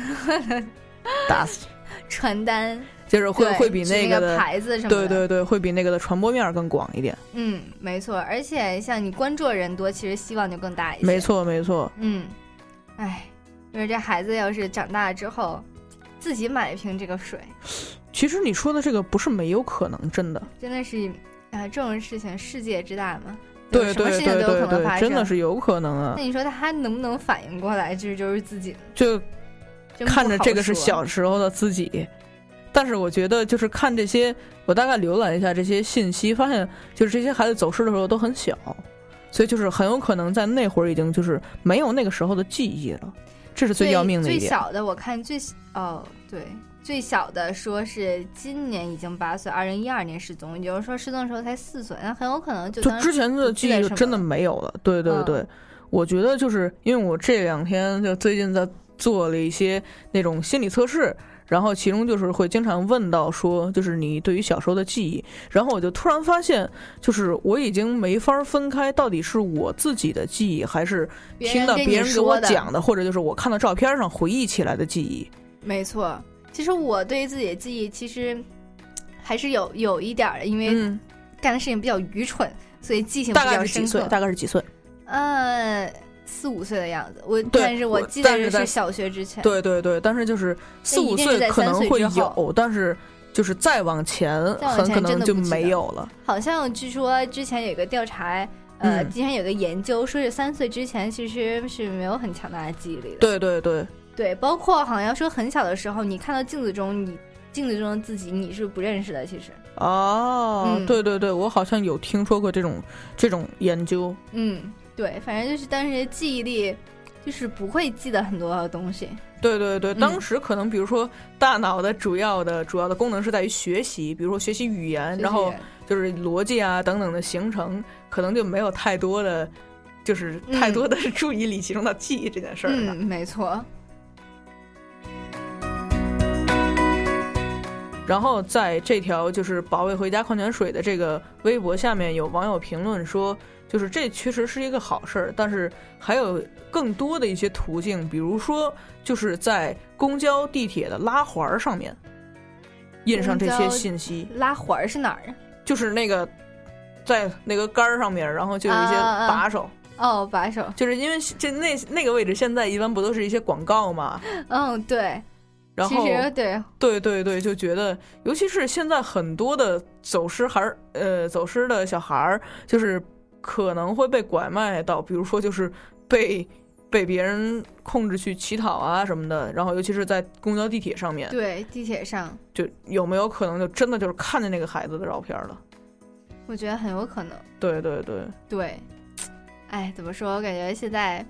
S2: 打死，
S5: 传单
S2: 就是会
S5: 对
S2: 会比
S5: 是那
S2: 个
S5: 个
S2: 的
S5: 牌子什么的
S2: 对对对，会比那个的传播面儿更广一点。
S5: 嗯，没错，而且像你关注的人多，其实希望就更大一些。
S2: 没，错没错，
S5: 嗯，哎，就是这孩子要是长大之后，自己买一瓶这个水，
S2: 其实你说的这个不是没有可能，真的，
S5: 真的是，啊、这种事情世界之大嘛，
S2: 对
S5: 什么
S2: 对
S5: 事情
S2: 对
S5: 都有
S2: 对
S5: 可能发
S2: 对，
S5: 生。
S2: 真的是有可能啊
S5: 那，你说他还能不能反应过来？这就是自己
S2: 就
S5: 真不
S2: 看着
S5: 好
S2: 这个是
S5: 说
S2: 小时候的自己，但是我觉得就是看这些，我大概浏览一下这些信息，发现就是这些孩子走失的时候都很小，所以就是很有可能在那会儿已经就是没有那个时候的记忆了，这是最要命的一
S5: 最
S2: 点。
S5: 小的我看最小哦，对，最小的说是今年已经八岁，二零一二年失踪，也就是说失踪的时候才四岁，那很有可能就
S2: 就
S5: 当
S2: 之前的
S5: 不记
S2: 记
S5: 得
S2: 忆就
S5: 什么
S2: 真的没有了。对对
S5: 嗯
S2: 对，我觉得就是因为我这两天就最近在做了一些那种心理测试，然后其中就是会经常问到说，就是你对于小时候的记忆，然后我就突然发现，就是我已经没法分开到底是我自己的记忆，还是
S5: 别人
S2: 听到
S5: 跟
S2: 别
S5: 你
S2: 人给
S5: 说
S2: 我
S5: 的
S2: 讲的，或者就是我看到照片上回忆起来的记忆。
S5: 没错，其实我对自己的记忆其实还是有有一点儿的，因为干的事情比较愚蠢，所以记性
S2: 嗯
S5: 比
S2: 大
S5: 较
S2: 概是
S5: 深
S2: 几岁
S5: 刻。？
S2: 大概是几岁？
S5: 呃，四五岁的样子。我
S2: 对
S5: 但是我
S2: 我
S5: 记
S2: 但
S5: 得
S2: 是在
S5: 是小学之前。
S2: 对对对，但是就是四
S5: 那一
S2: 五
S5: 定是在
S2: 岁可
S5: 三
S2: 能
S5: 岁
S2: 会
S5: 之后
S2: 有，但是就是再往前
S5: 再往
S2: 很
S5: 前
S2: 可
S5: 真
S2: 能
S5: 的
S2: 就
S5: 不记得
S2: 没有了。
S5: 好像据说之前有一个调查，呃，
S2: 嗯
S5: 之前有个研究说是三岁之前其实是没有很强大的记忆力的。
S2: 对对对，
S5: 对，包括好像说很小的时候，你看到镜子中你镜子中的自己，你是不认识的。其实，
S2: 哦，
S5: 嗯
S2: 对对对，我好像有听说过这种这种研究。
S5: 嗯，对，反正就是当时记忆力就是不会记得很多东西。
S2: 对对对，当
S5: 嗯
S2: 时可能比如说大脑的主要的主要的功能是在于学习，比如说学习语言，
S5: 习
S2: 然后
S5: 语言
S2: 就是逻辑啊等等的形成，可能就没有太多的，就是太多的 注意力集中到记忆这件事儿了。
S5: 嗯，没错。
S2: 然后在这条就是保卫回家矿泉水的这个微博下面，有网友评论说，就是这确实是一个好事儿，但是还有更多的一些途径，比如说就是在公交、地铁的拉环儿上面印上这些信息。
S5: 拉环儿是 哪儿啊？
S2: 就是那个在那个杆儿上面，然后就有一些
S5: 啊啊啊
S2: 把手。
S5: 哦，把手。
S2: 就是因为这那那个位置现在一般不都是一些广告嘛，
S5: 嗯，对。
S2: 然后
S5: 其实对，
S2: 对对对，就觉得，尤其是现在很多的走失孩儿，呃，走失的小孩儿，就是可能会被拐卖到，比如说就是被被别人控制去乞讨啊什么的，然后尤其是在公交、地铁上面，，
S5: 对地铁上，
S2: 就有没有可能就真的就是看见那个孩子的照片了？
S5: 我觉得很有可能。
S2: 对对对，
S5: 对，哎，怎么说？我感觉现在，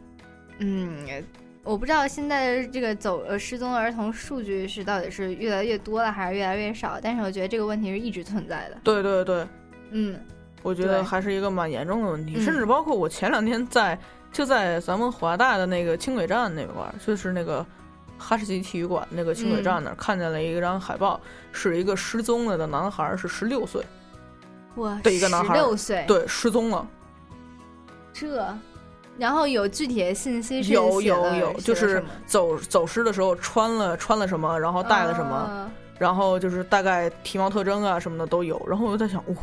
S5: 嗯，我不知道现在的这个走呃失踪儿童数据是到底是越来越多了还是越来越少，但是我觉得这个问题是一直存在的。
S2: 对对对，
S5: 嗯，
S2: 我觉
S5: 对
S2: 得还是一个蛮严重的问题，
S5: 嗯
S2: 甚至包括我前两天在就在咱们华大的那个轻轨站那块儿，就是那个哈士奇体育馆那个轻
S5: 嗯
S2: 轨站那儿、看见了一张海报，是一个失踪了的男孩儿，是十六岁
S5: 我
S2: 的一个男孩儿，
S5: 六岁，，
S2: 对，失踪了，
S5: 这，然后有具体的信息是
S2: 有
S5: 写
S2: 有
S5: 了
S2: 有，
S5: 写
S2: 就
S5: 了什
S2: 是
S5: 么
S2: 走走失的时候穿了穿了什么，然后带了什么，
S5: 啊
S2: 然后就是大概体貌特征啊什么的都有，然后我就在想，哇、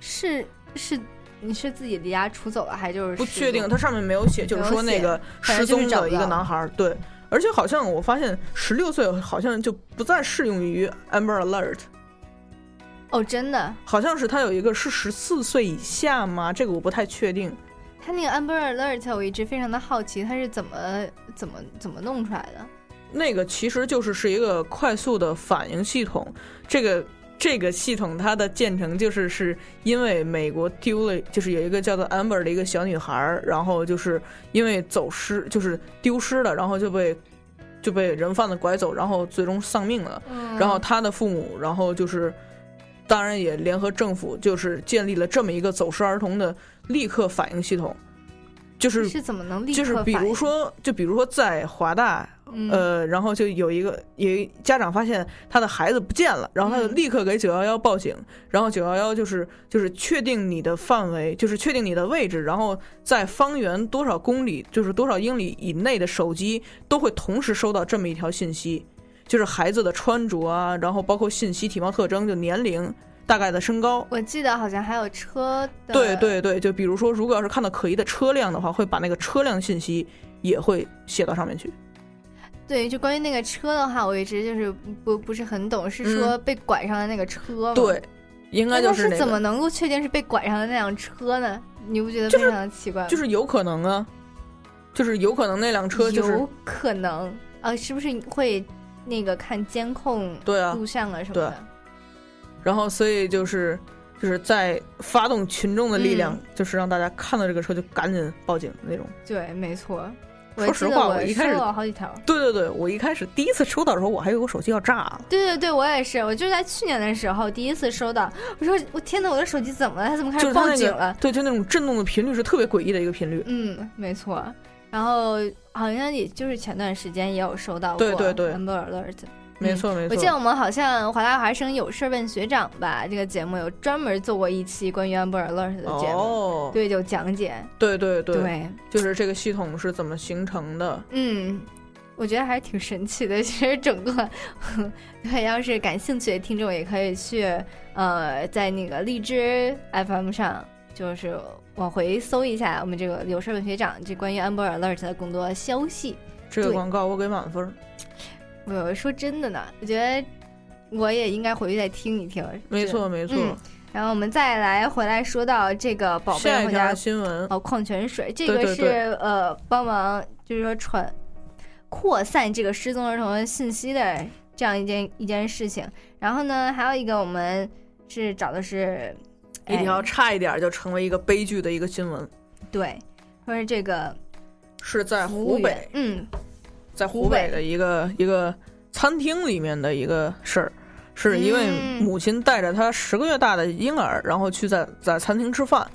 S5: 是是你是自己离家出走了，还就是
S2: 不
S5: 失
S2: 确定，
S5: 踪
S2: 它上面没有写，就是说那个
S5: 没有
S2: 失
S5: 写
S2: 踪的一个
S5: 反正就是找不到
S2: 男孩儿，对，而且好像我发现十六岁好像就不再适用于 Amber Alert，
S5: 哦，真的，
S2: 好像是他有一个是十四岁以下吗？这个我不太确定。
S5: 他那个 Amber Alert 我一直非常的好奇，他是怎么怎么怎么弄出来的？
S2: 那个其实就是是一个快速的反应系统，这个这个系统它的建成就是是因为美国丢了，就是有一个叫做 Amber 的一个小女孩儿，然后就是因为走失，就是丢失了，然后就被就被人贩子拐走，然后最终丧命了。
S15: 嗯
S2: 然后她的父母，然后就是当然也联合政府，就是建立了这么一个走失儿童的立刻反应系统，就是
S5: 是怎么能立刻
S2: 就是比
S5: 反
S2: 如
S5: 应
S2: 说，就比如说在华大，
S5: 嗯
S2: 呃，然后就有一个有一家长发现他的孩子不见了，然后他就立刻给九幺幺报警，然后九幺幺就是就是确定你的范围，就是确定你的位置，然后在方圆多少公里，就是多少英里以内的手机都会同时收到这么一条信息，就是孩子的穿着啊，然后包括信息、体貌特征、就年龄、大概的身高。
S5: 我记得好像还有车的，
S2: 对对对，就比如说，如果要是看到可疑的车辆的话，会把那个车辆信息也会写到上面去。
S5: 对，就关于那个车的话，我一直就是不不是很懂，是
S2: 嗯
S5: 说被拐上的那个车吗？
S2: 对，，应该
S5: 那
S2: 就
S5: 他
S2: 是
S5: 是
S2: 那
S5: 怎么
S2: 个，
S5: 能够确定是被拐上的那辆车呢？你不觉得非常的奇怪吗？
S2: 就是有可能啊，就是有可能那辆车就是
S5: 有可能啊，是不是会那个看监控
S2: 对啊
S5: 录像啊什么
S2: 对
S5: 的？，
S2: 然后所以就是就是在发动群众的力
S5: 嗯
S2: 量，就是让大家看到这个车就赶紧报警那种。
S5: 对，没错。
S2: 说实话，
S5: 我记得
S2: 一开始
S5: 收了好几条。
S2: 对对对，我一开始第一次收到的时候，我还以为我手机要炸了。
S5: 对对对，我也是，我就是在去年的时候第一次收到，我说我天呐，我的手机怎么了？它怎么开
S2: 就
S5: 始
S2: 是它
S5: 报
S2: 那
S5: 警
S2: 个
S5: 了？
S2: 对，就那种震动的频率是特别诡异的一个频率。
S5: 嗯，没错。然后好像也就是前段时间也有收到过
S2: 对对对
S5: Amber Alert。
S2: 没错没错
S5: 嗯我记得我们好像华大华生有事儿问学长吧，这个节目有专门做过一期关于 Amber Alert 的节目，
S2: 哦
S5: 对，有讲解。
S2: 对对对
S5: 对
S2: 就是这个系统是怎么形成的？
S5: 嗯，我觉得还是挺神奇的。 其实整个，对，要是感兴趣的听众也可以去呃，在那个荔枝 FM 上，就是往回搜一下我们这个有事儿问学长这关于 Amber Alert 的更多消息。
S2: 这个
S5: 对
S2: 广告我给满分儿。
S5: 我说真的呢，我觉得我也应该回去再听一听。
S2: 没
S5: 是
S2: 错没错
S5: 嗯然后我们再来回来说到这个宝
S2: 下
S5: 贝
S2: 一
S5: 回
S2: 条
S5: 家
S2: 新闻
S5: 哦，矿泉水这
S2: 对
S5: 个
S2: 对
S5: 是
S2: 对
S5: 呃帮忙就是说传扩散这个失踪儿童信息的这样一件一件事情。然后呢，还有一个我们是找的是哎
S2: 一条差一点就成为一个悲剧的一个新闻。
S5: 对，说是这个
S2: 是在湖北，
S5: 嗯，
S2: 在湖北的一个一个餐厅里面的一个事儿，是一位母亲带着她十个月大的婴儿，然后去在在餐厅吃饭。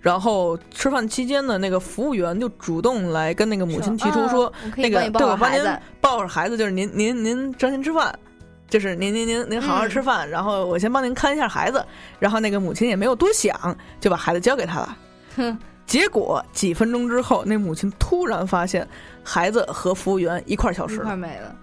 S2: 然后吃饭期间的那个服务员就主动来跟那个母亲提出说，啊
S5: 嗯我可
S2: 那
S5: 以
S2: 个
S5: 帮你抱
S2: 对我
S5: 好
S2: 帮
S5: 孩
S2: 您哦
S5: 子
S2: 抱着孩子，就是您您您专心吃饭，就是您您您您好
S5: 嗯
S2: 好吃饭，然后我先帮您看一下孩子。然后那个母亲也没有多想，就把孩子交给他了。
S5: 哼，
S2: 结果几分钟之后，那母亲突然发现孩子和服务员一块儿消
S5: 一
S2: 失
S5: 块
S2: 了。
S5: 没了。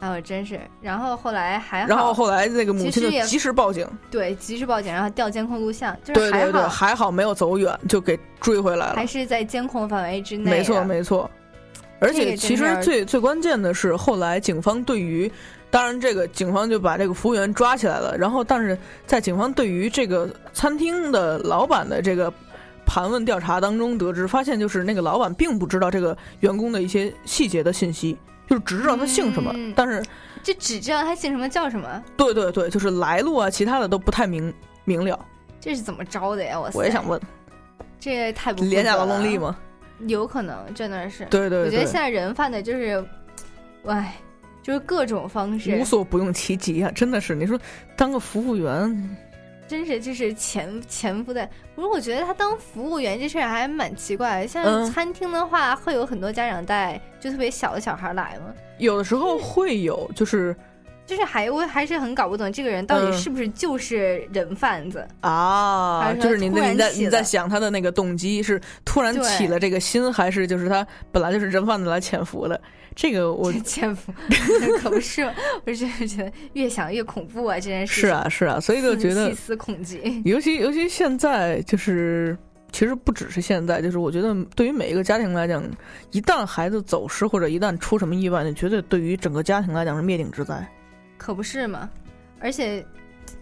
S5: 哎呦，真是。然后后来还好，
S2: 然后后来那个
S5: 其
S2: 母
S5: 实
S2: 亲就
S5: 也
S2: 及时报警，
S5: 对及时报警，然后调监控录像，就是
S2: 对
S5: 还
S2: 对对，
S5: 好
S2: 还好没有走远，就给追回来了
S5: 还。是在监控范围之内的。啊
S2: 没错，没错。而
S5: 这
S2: 且
S5: 个
S2: 其
S5: 真
S2: 实
S5: 是
S2: 最最关键的是，后来警方对于，当然这个警方就把这个服务员抓起来了。然后，但是在警方对于这个餐厅的老板的这个盘问调查当中，得知发现就是那个老板并不知道这个员工的一些细节的信息，就是只知道他姓什么，
S5: 嗯
S2: 但是
S5: 就只知道他姓什么叫什么，
S2: 对对对，就是来路啊，其他的都不太明明了。
S5: 这是怎么着的呀？我
S2: 我也想
S5: 问，
S2: 问，
S5: 这也太不负责
S2: 廉价劳动
S5: 了
S2: 力吗？
S5: 有可能真的是。
S2: 对对
S5: 啊我觉得
S2: 对
S5: 现在人犯的就是，哎，就是各种方式，
S2: 无所不用其极啊！真的是，你说当个服务员，
S5: 真是就是潜潜伏在。不是，我觉得他当服务员这事儿还蛮奇怪的。像
S2: 嗯
S5: 餐厅的话，会有很多家长带就特别小的小孩来嘛，
S2: 有的时候会有，就是
S5: 就是还我还是很搞不懂这个人到底
S2: 嗯
S5: 是不是就是人贩子。还
S2: 啊，
S5: 是
S2: 就是
S5: 他
S2: 你
S5: 突
S2: 那
S5: 然
S2: 你在
S5: 起
S2: 你在
S5: 了
S2: 想他的那个动机是突然
S5: 对
S2: 起了这个心，还是就是他本来就是人贩子来潜伏的？这个我
S5: 潜伏可不是吗，我就是觉得越想越恐怖啊！这件事
S2: 是啊是啊，所以就
S5: 细
S2: 觉得
S5: 细思恐极。
S2: 尤其尤其现在就是，其实不只是现在，就是我觉得对于每一个家庭来讲，一旦孩子走失或者一旦出什么意外，你绝对对于整个家庭来讲是灭顶之灾。
S5: 可不是嘛。而且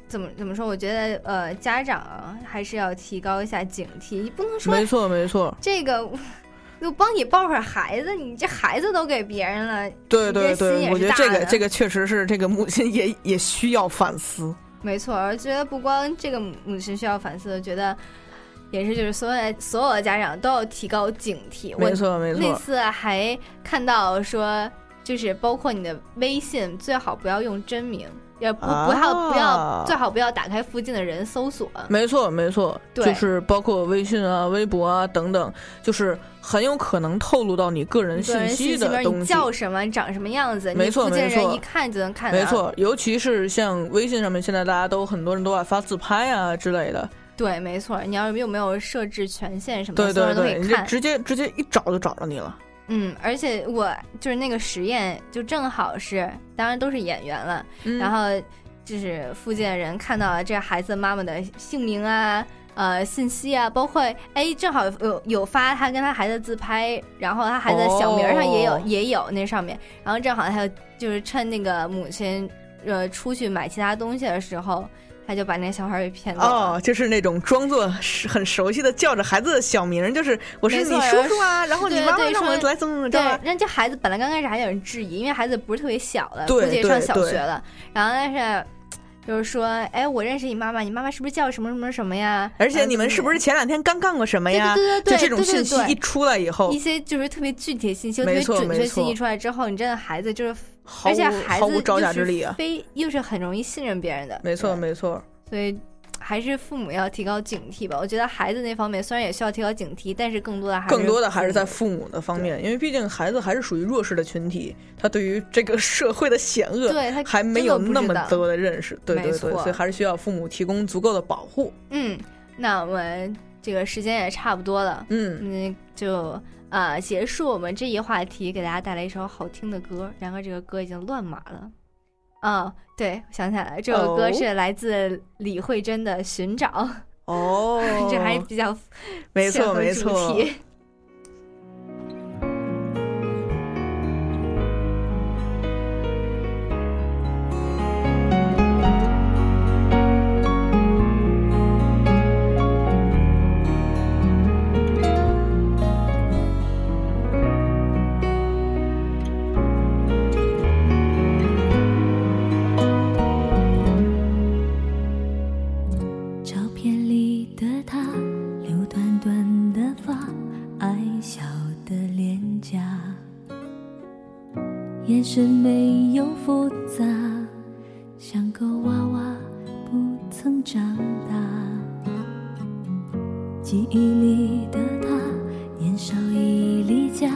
S5: 怎么怎么说？我觉得呃，家长啊还是要提高一下警惕，你不能说
S2: 没错没错，
S5: 这个。我帮你抱会儿孩子，你这孩子都给别人了，
S2: 对
S5: 你
S2: 对
S5: 这心也
S2: 对，
S5: 是
S2: 我觉得这
S5: 大
S2: 个
S5: 的
S2: 这个确实是这个母亲也也需要反思。
S5: 没错。我觉得不光这个母母亲需要反思，我觉得也是就是所有的所有的家长都要提高警惕。我
S2: 没错没错
S5: 那次还看到说，就是包括你的微信最好不要用真名，也不、不要不要
S2: 啊
S5: 最好不要打开附近的人搜索。
S2: 没错，没错，
S5: 对
S2: 就是包括微信啊、微博啊等等，就是很有可能透露到你个人
S5: 个
S2: 信
S5: 人
S2: 息
S5: 里
S2: 的
S5: 面
S2: 东
S5: 你
S2: 西。
S5: 叫什么，你长什么样子，
S2: 没错
S5: 你附近
S2: 没错
S5: 人一看就能看到。
S2: 没错，，尤其是像微信上面，现在大家都很多人都爱发自拍啊之类的。
S5: 对，没错。你要是有没有设置权限什么的，
S2: 对对
S5: 所有
S2: 对，
S5: 人
S2: 你
S5: 都可以
S2: 就
S5: 看。
S2: 直接直接一找就找着你了。
S5: 嗯，而且我就是那个实验，就正好是，当然都是演员了，
S2: 嗯
S5: 然后就是附近的人看到了这孩子妈妈的姓名啊。呃，信息啊，包括哎，正好有有发他跟他孩子自拍，然后他孩子小名儿上也有、
S2: 哦
S5: 也有那上面，然后正好他就就是趁那个母亲呃出去买其他东西的时候，他就把那小孩儿给骗走了。
S2: 哦，就是那种装作是很熟悉的叫着孩子的小名儿，就是我是
S5: 没
S2: 你
S5: 错
S2: 叔叔啊，
S5: 是
S2: 然后你
S5: 对
S2: 妈妈
S5: 对
S2: 让我
S5: 说
S2: 来怎么怎么着
S5: 对
S2: 啊，，
S5: 那这孩子本来刚开始还有人质疑，因为孩子不是特别小了，估
S2: 对
S5: 计也上
S2: 对
S5: 小
S2: 对
S5: 学了。然后但是就是说，哎，我认识你妈妈，你妈妈是不是叫什么什么什么呀？
S2: 而且
S5: 然后
S2: 你们
S5: 就是
S2: 不是前两天刚干过什么呀？
S5: 对对对对
S2: 就这种
S5: 对对
S2: 信息
S5: 对
S2: 一出来以后
S5: 一，些就是特别具体的信息，
S2: 哦
S5: 特
S2: 没
S5: 别
S2: 错
S5: 准确
S2: 没
S5: 的信息
S2: 错
S5: 出来之后，你真的孩子就是，
S2: 毫
S5: 而且
S2: 无
S5: 孩
S2: 毫
S5: 子
S2: 无招
S5: 又
S2: 架
S5: 是
S2: 之力啊
S5: 非又是很容易信任别人的，
S2: 没错
S5: 对
S2: 没错。
S5: 所以。还是父母要提高警惕吧。我觉得孩子那方面虽然也需要提高警惕，但是更多的还
S2: 更多的
S5: 还
S2: 还是在父母的方面，因为毕竟孩子还是属于弱势的群体，他对于这个社会的险恶，
S5: 对他
S2: 还没
S5: 真的
S2: 有
S5: 不知
S2: 那么
S5: 道
S2: 多的认识，对
S5: 没
S2: 对对，
S5: 错
S2: 所以还是需要父母提供足够的保护。
S5: 嗯，那我们这个时间也差不多了，
S2: 嗯
S5: 就呃结束我们这一话题，给大家带来一首好听的歌，然后这个歌已经乱码了。啊，对，我想起来了，这首歌
S2: 哦
S5: 是来自李慧珍的《寻找》，
S2: 哦
S5: 这还是比较
S2: 没
S5: 适
S2: 错
S5: 合
S2: 没
S5: 主
S2: 错
S5: 题
S6: 照片里的她，留短短的发，微又复杂，像个娃娃不曾长大。记忆里的他，年少已离家，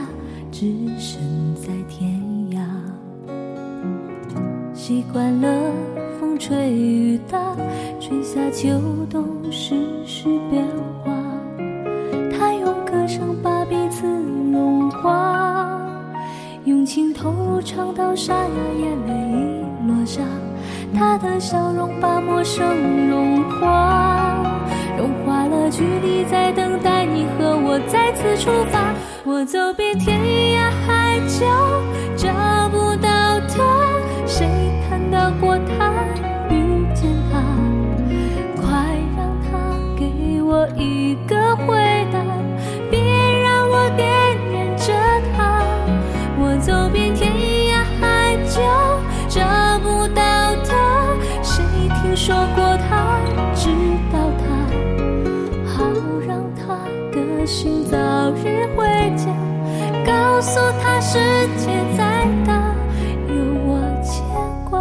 S6: 只身在天涯。习惯了风吹雨打，春夏秋冬世事变化，他用歌声把彼此融化。用情投唱到沙哑，眼泪已落下。他的笑容把陌生融化，融化了距离，在等待你和我再次出发。我走遍天涯海角，找不到他，谁看到过他，遇见他？快让他给我一个回答，别让我惦念着他。我走遍天涯海角，找不到他，谁听说过他，知道他，好让他的心早日回家，告诉他世界再大，有我牵挂。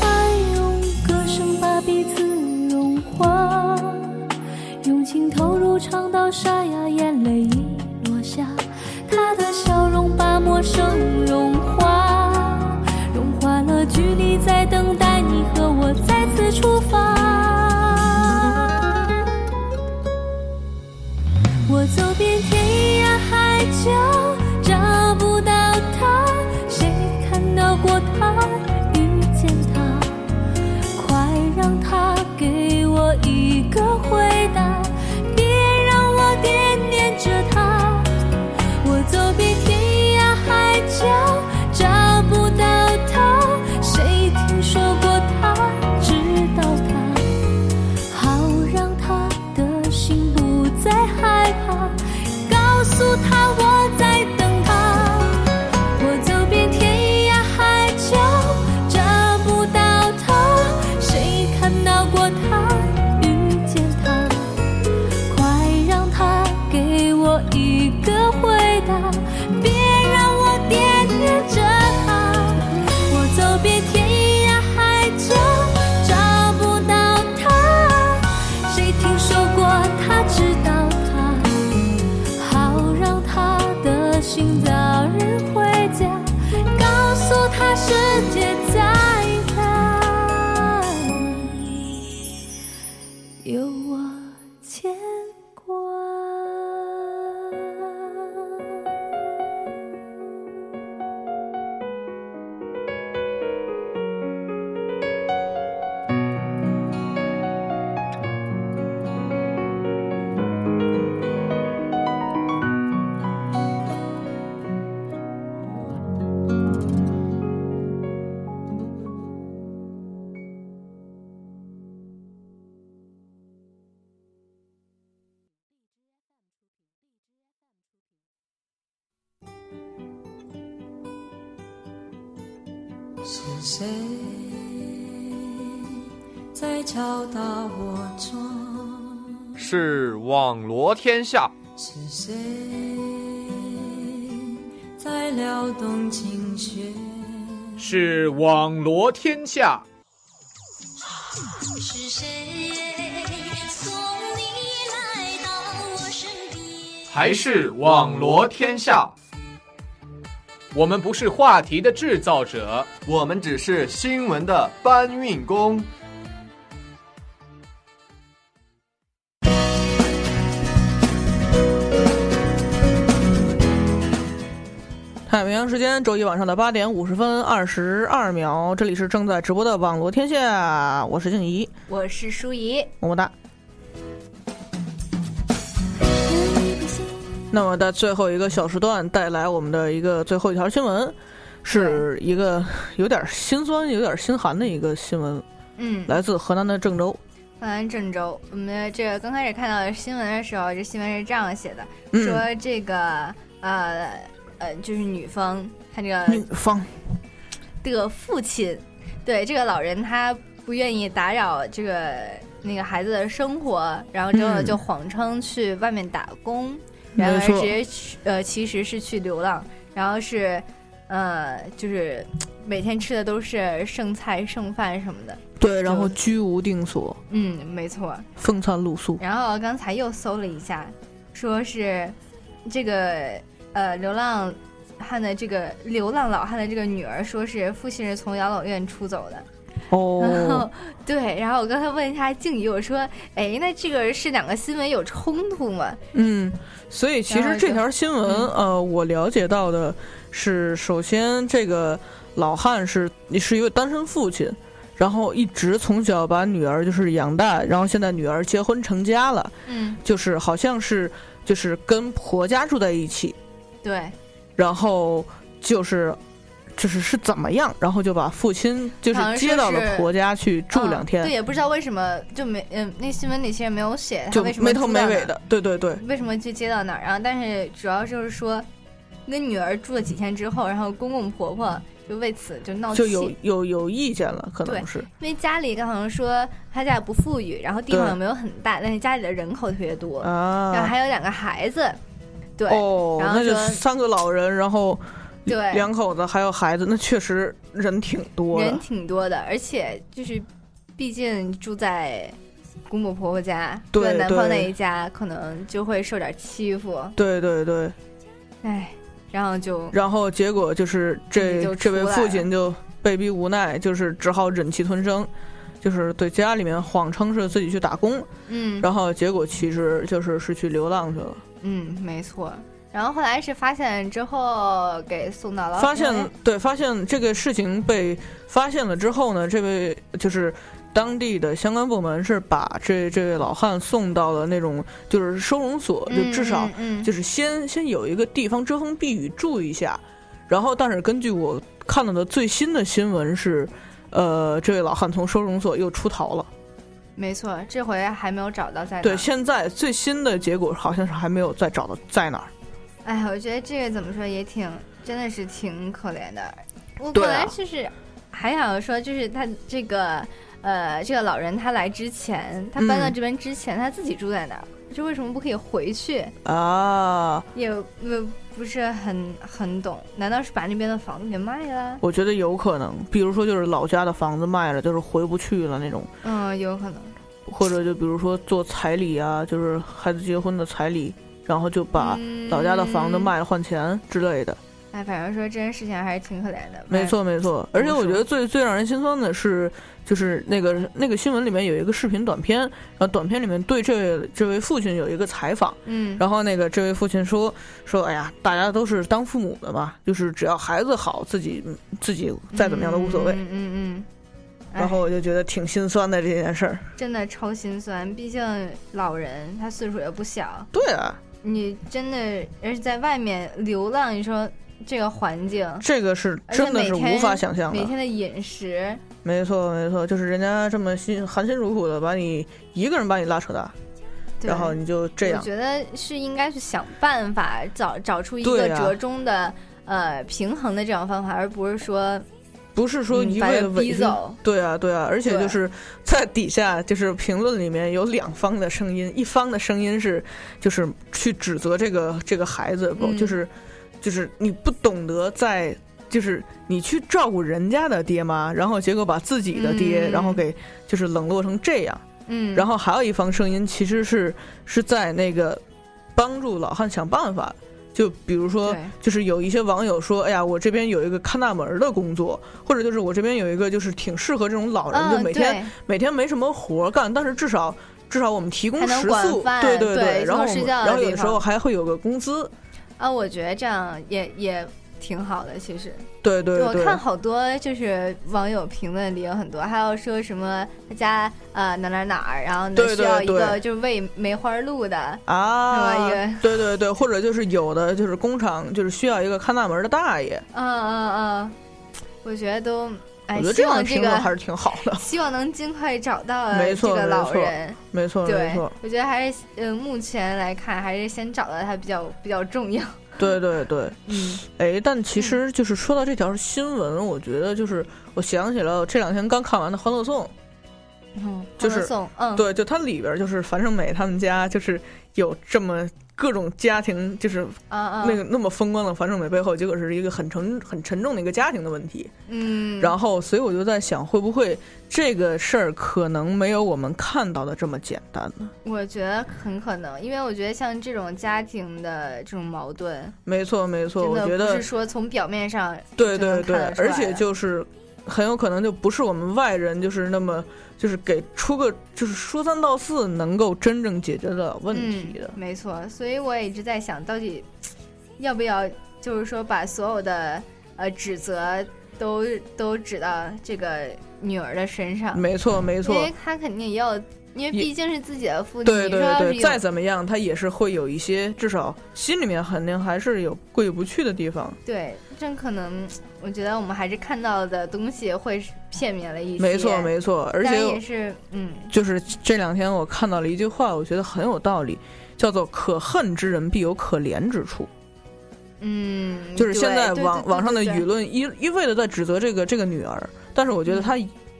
S6: 爱用歌声把彼此融化，用情投入唱到沙哑，眼泪已落下。他的笑容把陌生融化，融化了距离，在等待你和我再次出发。我走遍天涯海角，找不到他，谁看到过他，遇见他？快让他给我一个回答，别让我惦念着他。我走遍天涯海角，找不到他，谁听说过他，知道他，好让他的心不再害怕，告诉他我在等他。我走遍天涯海角，找不到他，谁看到过他，遇见他？快让他给我一个回答，别让我惦念着他。我走遍天涯海角，找不到他，谁听说过他，知道他，好让他的心早日回家，告诉他世界再大，有我牵挂。
S16: 是谁在敲打我窗？
S7: 是网罗天下，
S16: 是谁在撩动琴弦？
S7: 是网罗天下。
S16: 是谁送你来到我身边？
S7: 还是网罗天下。我们不是话题的制造者，我们只是新闻的搬运工。
S2: 太平洋时间周一晚上的八点五十分二十二秒，这里是正在直播的网罗天下，我是静怡，
S5: 我是舒怡，
S2: 么么哒。那么在最后一个小时段带来我们的一个最后一条新闻，是一个有点心酸、有点心寒的一个新闻，
S5: 嗯，
S2: 来自河南的郑州。
S5: 河南郑州，我们这个刚开始看到新闻的时候，这新闻是这样写的，
S2: 嗯
S5: 说这个呃呃呃，就是女方她这个
S2: 女方
S5: 这个父亲，对这个老人他不愿意打扰这个那个孩子的生活，然后之后
S2: 嗯
S5: 就谎称去外面打工，
S2: 没
S5: 然而
S2: 错
S5: 直接去呃其实是去流浪，然后是呃就是每天吃的都是剩菜剩饭什么的，
S2: 对，然后居无定所，
S5: 嗯，没错。
S2: 风餐露宿。
S5: 然后刚才又搜了一下，说是这个呃流浪汉的这个流浪老汉的这个女儿，说是父亲是从养老院出走的。然后
S2: 哦，
S5: 对，然后我刚才问一下静怡，我说：“哎，那这个是两个新闻有冲突吗
S2: 嗯，所以其
S5: 然
S2: 实
S5: 后
S2: 这
S5: 就
S2: 条新闻，
S5: 嗯
S2: 呃，我了解到的是，首先这个老汉是是一位单身父亲，然后一直从小把女儿就是养大，然后现在女儿结婚成家了，？”
S5: 嗯，
S2: 就是好像是就是跟婆家住在一起，
S5: 对，
S2: 然后就是就是是怎么样，然后就把父亲就是
S5: 好像说
S2: 接到
S5: 是
S2: 了婆家去住两天，
S5: 啊对，也不知道为什么就没嗯，那新闻里其实没有写他
S2: 就
S5: 为什么
S2: 没头
S5: 住
S2: 没
S5: 到
S2: 尾
S5: 哪儿
S2: 的，对对对，
S5: 为什么去接到哪儿？然后，但是主要就是说，跟女儿住了几天之后，然后公公婆婆就为此就闹气，
S2: 就有有有意见了，可
S5: 对
S2: 能是，
S5: 因为家里好像说他家也不富裕，然后地方
S2: 对
S5: 也没有很大，但是家里的人口特别多，
S2: 啊
S5: 然后还有两个孩子，对，
S2: 哦，
S5: 然后
S2: 那就
S5: 说
S2: 三个老人，然后
S5: 对
S2: 两口子还有孩子，那确实人挺多的
S5: 人，挺多的，而且就是毕竟住在公公婆婆家，
S2: 对
S5: 住在男
S2: 对
S5: 方那一家，可能就会受点欺负，
S2: 对对对，
S5: 唉，然后就
S2: 然后结果就是
S5: 自己
S2: 这
S5: 就
S2: 这位
S5: 出来
S2: 父亲就被逼无奈，就是只好忍气吞声，就是对家里面谎称是自己去打工，
S5: 嗯，
S2: 然后结果其实就是是去流浪去了。
S5: 嗯，没错。然后后来是发现之后给送到了，
S2: 发现对，发现这个事情被发现了之后呢，这位就是当地的相关部门是把这这位老汉送到了那种就是收容所，
S15: 嗯
S2: 就至少
S15: 嗯嗯
S2: 就是先先有一个地方遮风避雨住一下。然后，但是根据我看到的最新的新闻是，呃，这位老汉从收容所又出逃了。
S5: 没错，这回还没有找到在哪。
S2: 对，现在最新的结果好像是还没有再找到在哪儿。
S5: 哎，我觉得这个怎么说也挺，真的是挺可怜的。我
S2: 对
S5: 本
S2: 啊
S5: 来就是还想说，就是他这个呃，这个老人他来之前，他搬到
S2: 嗯
S5: 这边之前，他自己住在哪儿？这为什么不可以回去？
S2: 啊，
S5: 也呃不是很很懂，难道是把那边的房子给卖了？
S2: 我觉得有可能，比如说就是老家的房子卖了，就是回不去了那种，
S5: 嗯，有可能。
S2: 或者就比如说做彩礼啊，就是孩子结婚的彩礼，然后就
S5: 嗯
S2: 把老家的房子卖了换钱之类的。
S5: 哎，反正说这件事情还是挺可怜的。
S2: 没错没错，而且我觉得最最让人心酸的是，就是那个那个新闻里面有一个视频短片，然后短片里面对这位这位父亲有一个采访，
S5: 嗯
S2: 然后那个这位父亲说说，哎呀，大家都是当父母的嘛，就是只要孩子好，自己自己再怎么样都无所谓。
S5: 嗯嗯嗯。
S2: 然后我就觉得挺心酸的这件事儿。
S5: 哎真的超心酸，毕竟老人他岁数也不小，
S2: 对啊，
S5: 你真的而且在外面流浪，你说这个环境，
S2: 这个是
S5: 而且
S2: 真的是
S5: 每天
S2: 无法想象
S5: 每
S2: 的。
S5: 天的饮食，
S2: 没错，没错，就是人家这么辛含辛茹苦的把你一个人把你拉扯大，
S5: 对
S2: 然后你就这
S5: 我
S2: 样。
S5: 觉得是应该去想办法找找出一个
S2: 对啊
S5: 折中的、呃平衡的这种方法，而不是说
S2: 不是说
S5: 嗯
S2: 一
S5: 把
S2: 味
S5: 人
S2: 的委
S5: 逼
S2: 屈
S5: 走，
S2: 对啊，对啊，而且
S5: 对
S2: 就是在底下，就是评论里面有两方的声音，一方的声音是就是去指责这个这个孩子，不
S1: 嗯
S2: 就是就是你不懂得在就是你去照顾人家的爹妈，然后结果把自己的爹，
S1: 嗯
S2: 然后给就是冷落成这样，
S5: 嗯
S2: 然后还有一方声音其实是是在那个帮助老汉想办法。就比如说
S1: 对，
S2: 就是有一些网友说，哎呀，我这边有一个看大门儿的工作，或者就是我这边有一个就是挺适合这种老人，
S5: 嗯
S2: 就每
S5: 对
S2: 天每天没什么活儿干，但是至少至少我们提供
S5: 还能
S2: 食
S5: 管
S2: 宿，
S5: 饭
S2: 对
S5: 对
S2: 对，然后
S5: 做
S2: 我
S5: 睡
S2: 们
S5: 觉的
S2: 然后
S5: 地
S2: 有的时候
S5: 方
S2: 还会有个工资，
S5: 啊，我觉得这样也也挺好的，其实。
S2: 对对
S5: 我
S2: 对，
S5: 看好多就是网友评论里有很多，还有说什么他家呃哪哪哪儿，然后呢
S2: 对对
S5: 需要一个
S2: 对
S5: 就是喂梅花鹿的，
S2: 啊
S5: 是吧一个，
S2: 对对对，或者就是有的就是工厂就是需要一个看大门儿的大爷，
S5: 嗯嗯嗯，我觉得都哎，
S2: 我觉得
S5: 希
S2: 这样
S5: 望
S2: 的
S5: 这
S2: 评论
S5: 个
S2: 还是挺好的，
S5: 希望能尽快找到
S2: 没
S5: 这
S2: 错
S5: 个
S2: 没
S5: 老
S2: 错
S5: 人。
S2: 没错没
S5: 对
S2: 错，，
S5: 我觉得还是呃，目前来看还是先找到他比较比较重要。
S2: 对对对，嗯，哎，但其
S5: 嗯
S2: 实就是说到这条新闻，我觉得就是我想起了这两天刚看完的《欢乐颂》，
S5: 嗯，
S2: 就是
S5: 送，嗯，
S2: 对，就它里边儿就是樊胜美他们家就是有这么各种家庭，就是
S5: 啊啊，
S2: 那个那么风光的樊胜美背后，结果是一个很沉很沉重的一个家庭的问题。
S5: 嗯，
S2: 然后，所以我就在想，会不会这个事儿可能没有我们看到的这么简单呢？
S5: 我觉得很可能，因为我觉得像这种家庭的这种矛盾，
S2: 没错，没错，
S5: 真
S2: 我
S5: 的
S2: 觉
S5: 不
S2: 得
S5: 是说从表面上
S2: 对
S5: 就能
S2: 对对
S5: 看得，出来
S2: 而且
S5: 的
S2: 就是很有可能就不是我们外人，就是那么就是给出个就是说三道四能够真正解决的问题的。
S5: 嗯。没错，所以我也一直在想，到底要不要就是说把所有的呃指责都都指到这个女儿的身上？
S2: 没错没错
S5: 因为她肯定也有，因为
S2: 也
S5: 毕竟是自己的父亲，
S2: 对
S5: 你
S2: 对
S5: 说要是
S2: 对，
S5: 有
S2: 再怎么样，他也是会有一些，至少心里面肯定还是有过意不去的地方。
S5: 对，这可能我觉得我们还是看到的东西会是片面了一些。
S2: 没错没错而且
S5: 但也是嗯，
S2: 就是这两天我看到了一句话，我觉得很有道理，叫做“可恨之人必有可怜之处”。
S5: 嗯，
S2: 就是现在
S5: 对
S2: 网网上的舆。
S5: 对对对对对嗯
S2: 论一一味的在指责这个这个女儿，但是我觉得她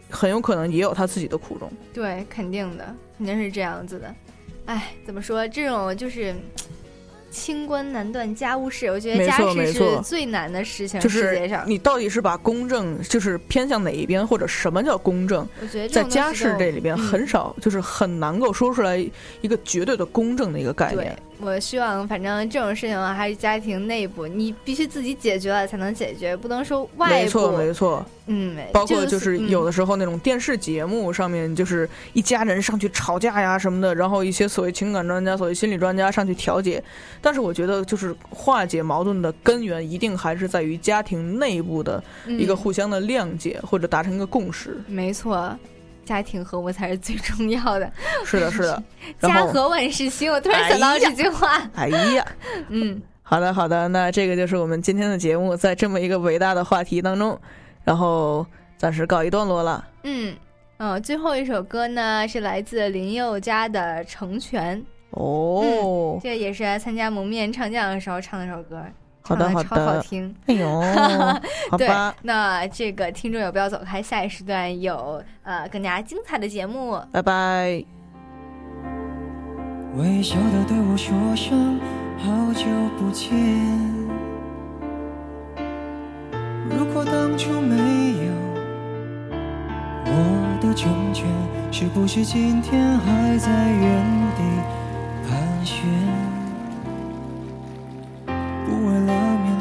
S2: 很有可能也有她自己的苦衷。
S5: 对，肯定的，肯定是这样子的。哎，怎么说？这种就是清官难断家务事，我觉得
S2: 没
S5: 家
S2: 错
S5: 事
S2: 没错
S5: 是最难的事情，
S2: 就
S5: 世
S2: 是
S5: 界上。
S2: 你到底是把公正就是偏向哪一边，或者什么叫公正
S5: 我觉得？这
S2: 在
S5: 种东
S2: 家
S5: 西
S2: 事
S5: 都
S2: 这里边
S5: 嗯
S2: 很少，就是很难够说出来一个绝对的公正的一个概
S5: 对
S2: 念。，
S5: 我希望反正这种事情啊还是家庭内部，你必须自己解决了才能解决，不能说外部。
S2: 没错没错，
S5: 嗯，
S2: 包括就是有
S5: 的、
S2: 的时候那种电视节目上面，就是一家人上去吵架呀什么的，然后一些所谓情感专家、所谓心理专家上去调解。但是我觉得，就是化解矛盾的根源，一定还是在于家庭内部的一个
S5: 嗯
S2: 互相的谅解，或者达成一个共识。
S5: 没错，家庭和睦才是最重要的。。
S2: 是的，是的 然
S5: 家
S2: 后，
S5: 和万事兴，我突然想到这句话。
S2: 哎呀，
S5: 嗯，
S2: 好的，好的，那这个就是我们今天的节目，在这么一个伟大的话题当中，然后暂时告一段落了。
S5: 嗯嗯，最后一首歌呢是来自林宥嘉的《成全》，
S2: 哦，
S5: 这也是他参加蒙面唱将的时候唱的首歌，
S2: 好的，
S5: 唱
S2: 好
S5: 的
S2: 的，
S5: 超好听。，
S2: 哎呦好
S5: 对
S2: 吧，，
S5: 那这个听众也不要走开，下一时段有呃更加精彩的节目。
S2: 拜拜。
S6: 微笑的对我说声好久不见。如果当初没有我的成全，是不是今天还在原地盘旋？不为了勉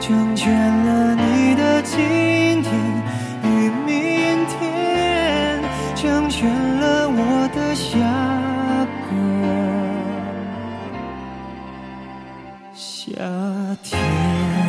S6: 成全了你的今天与明天，成全了我的下个夏天。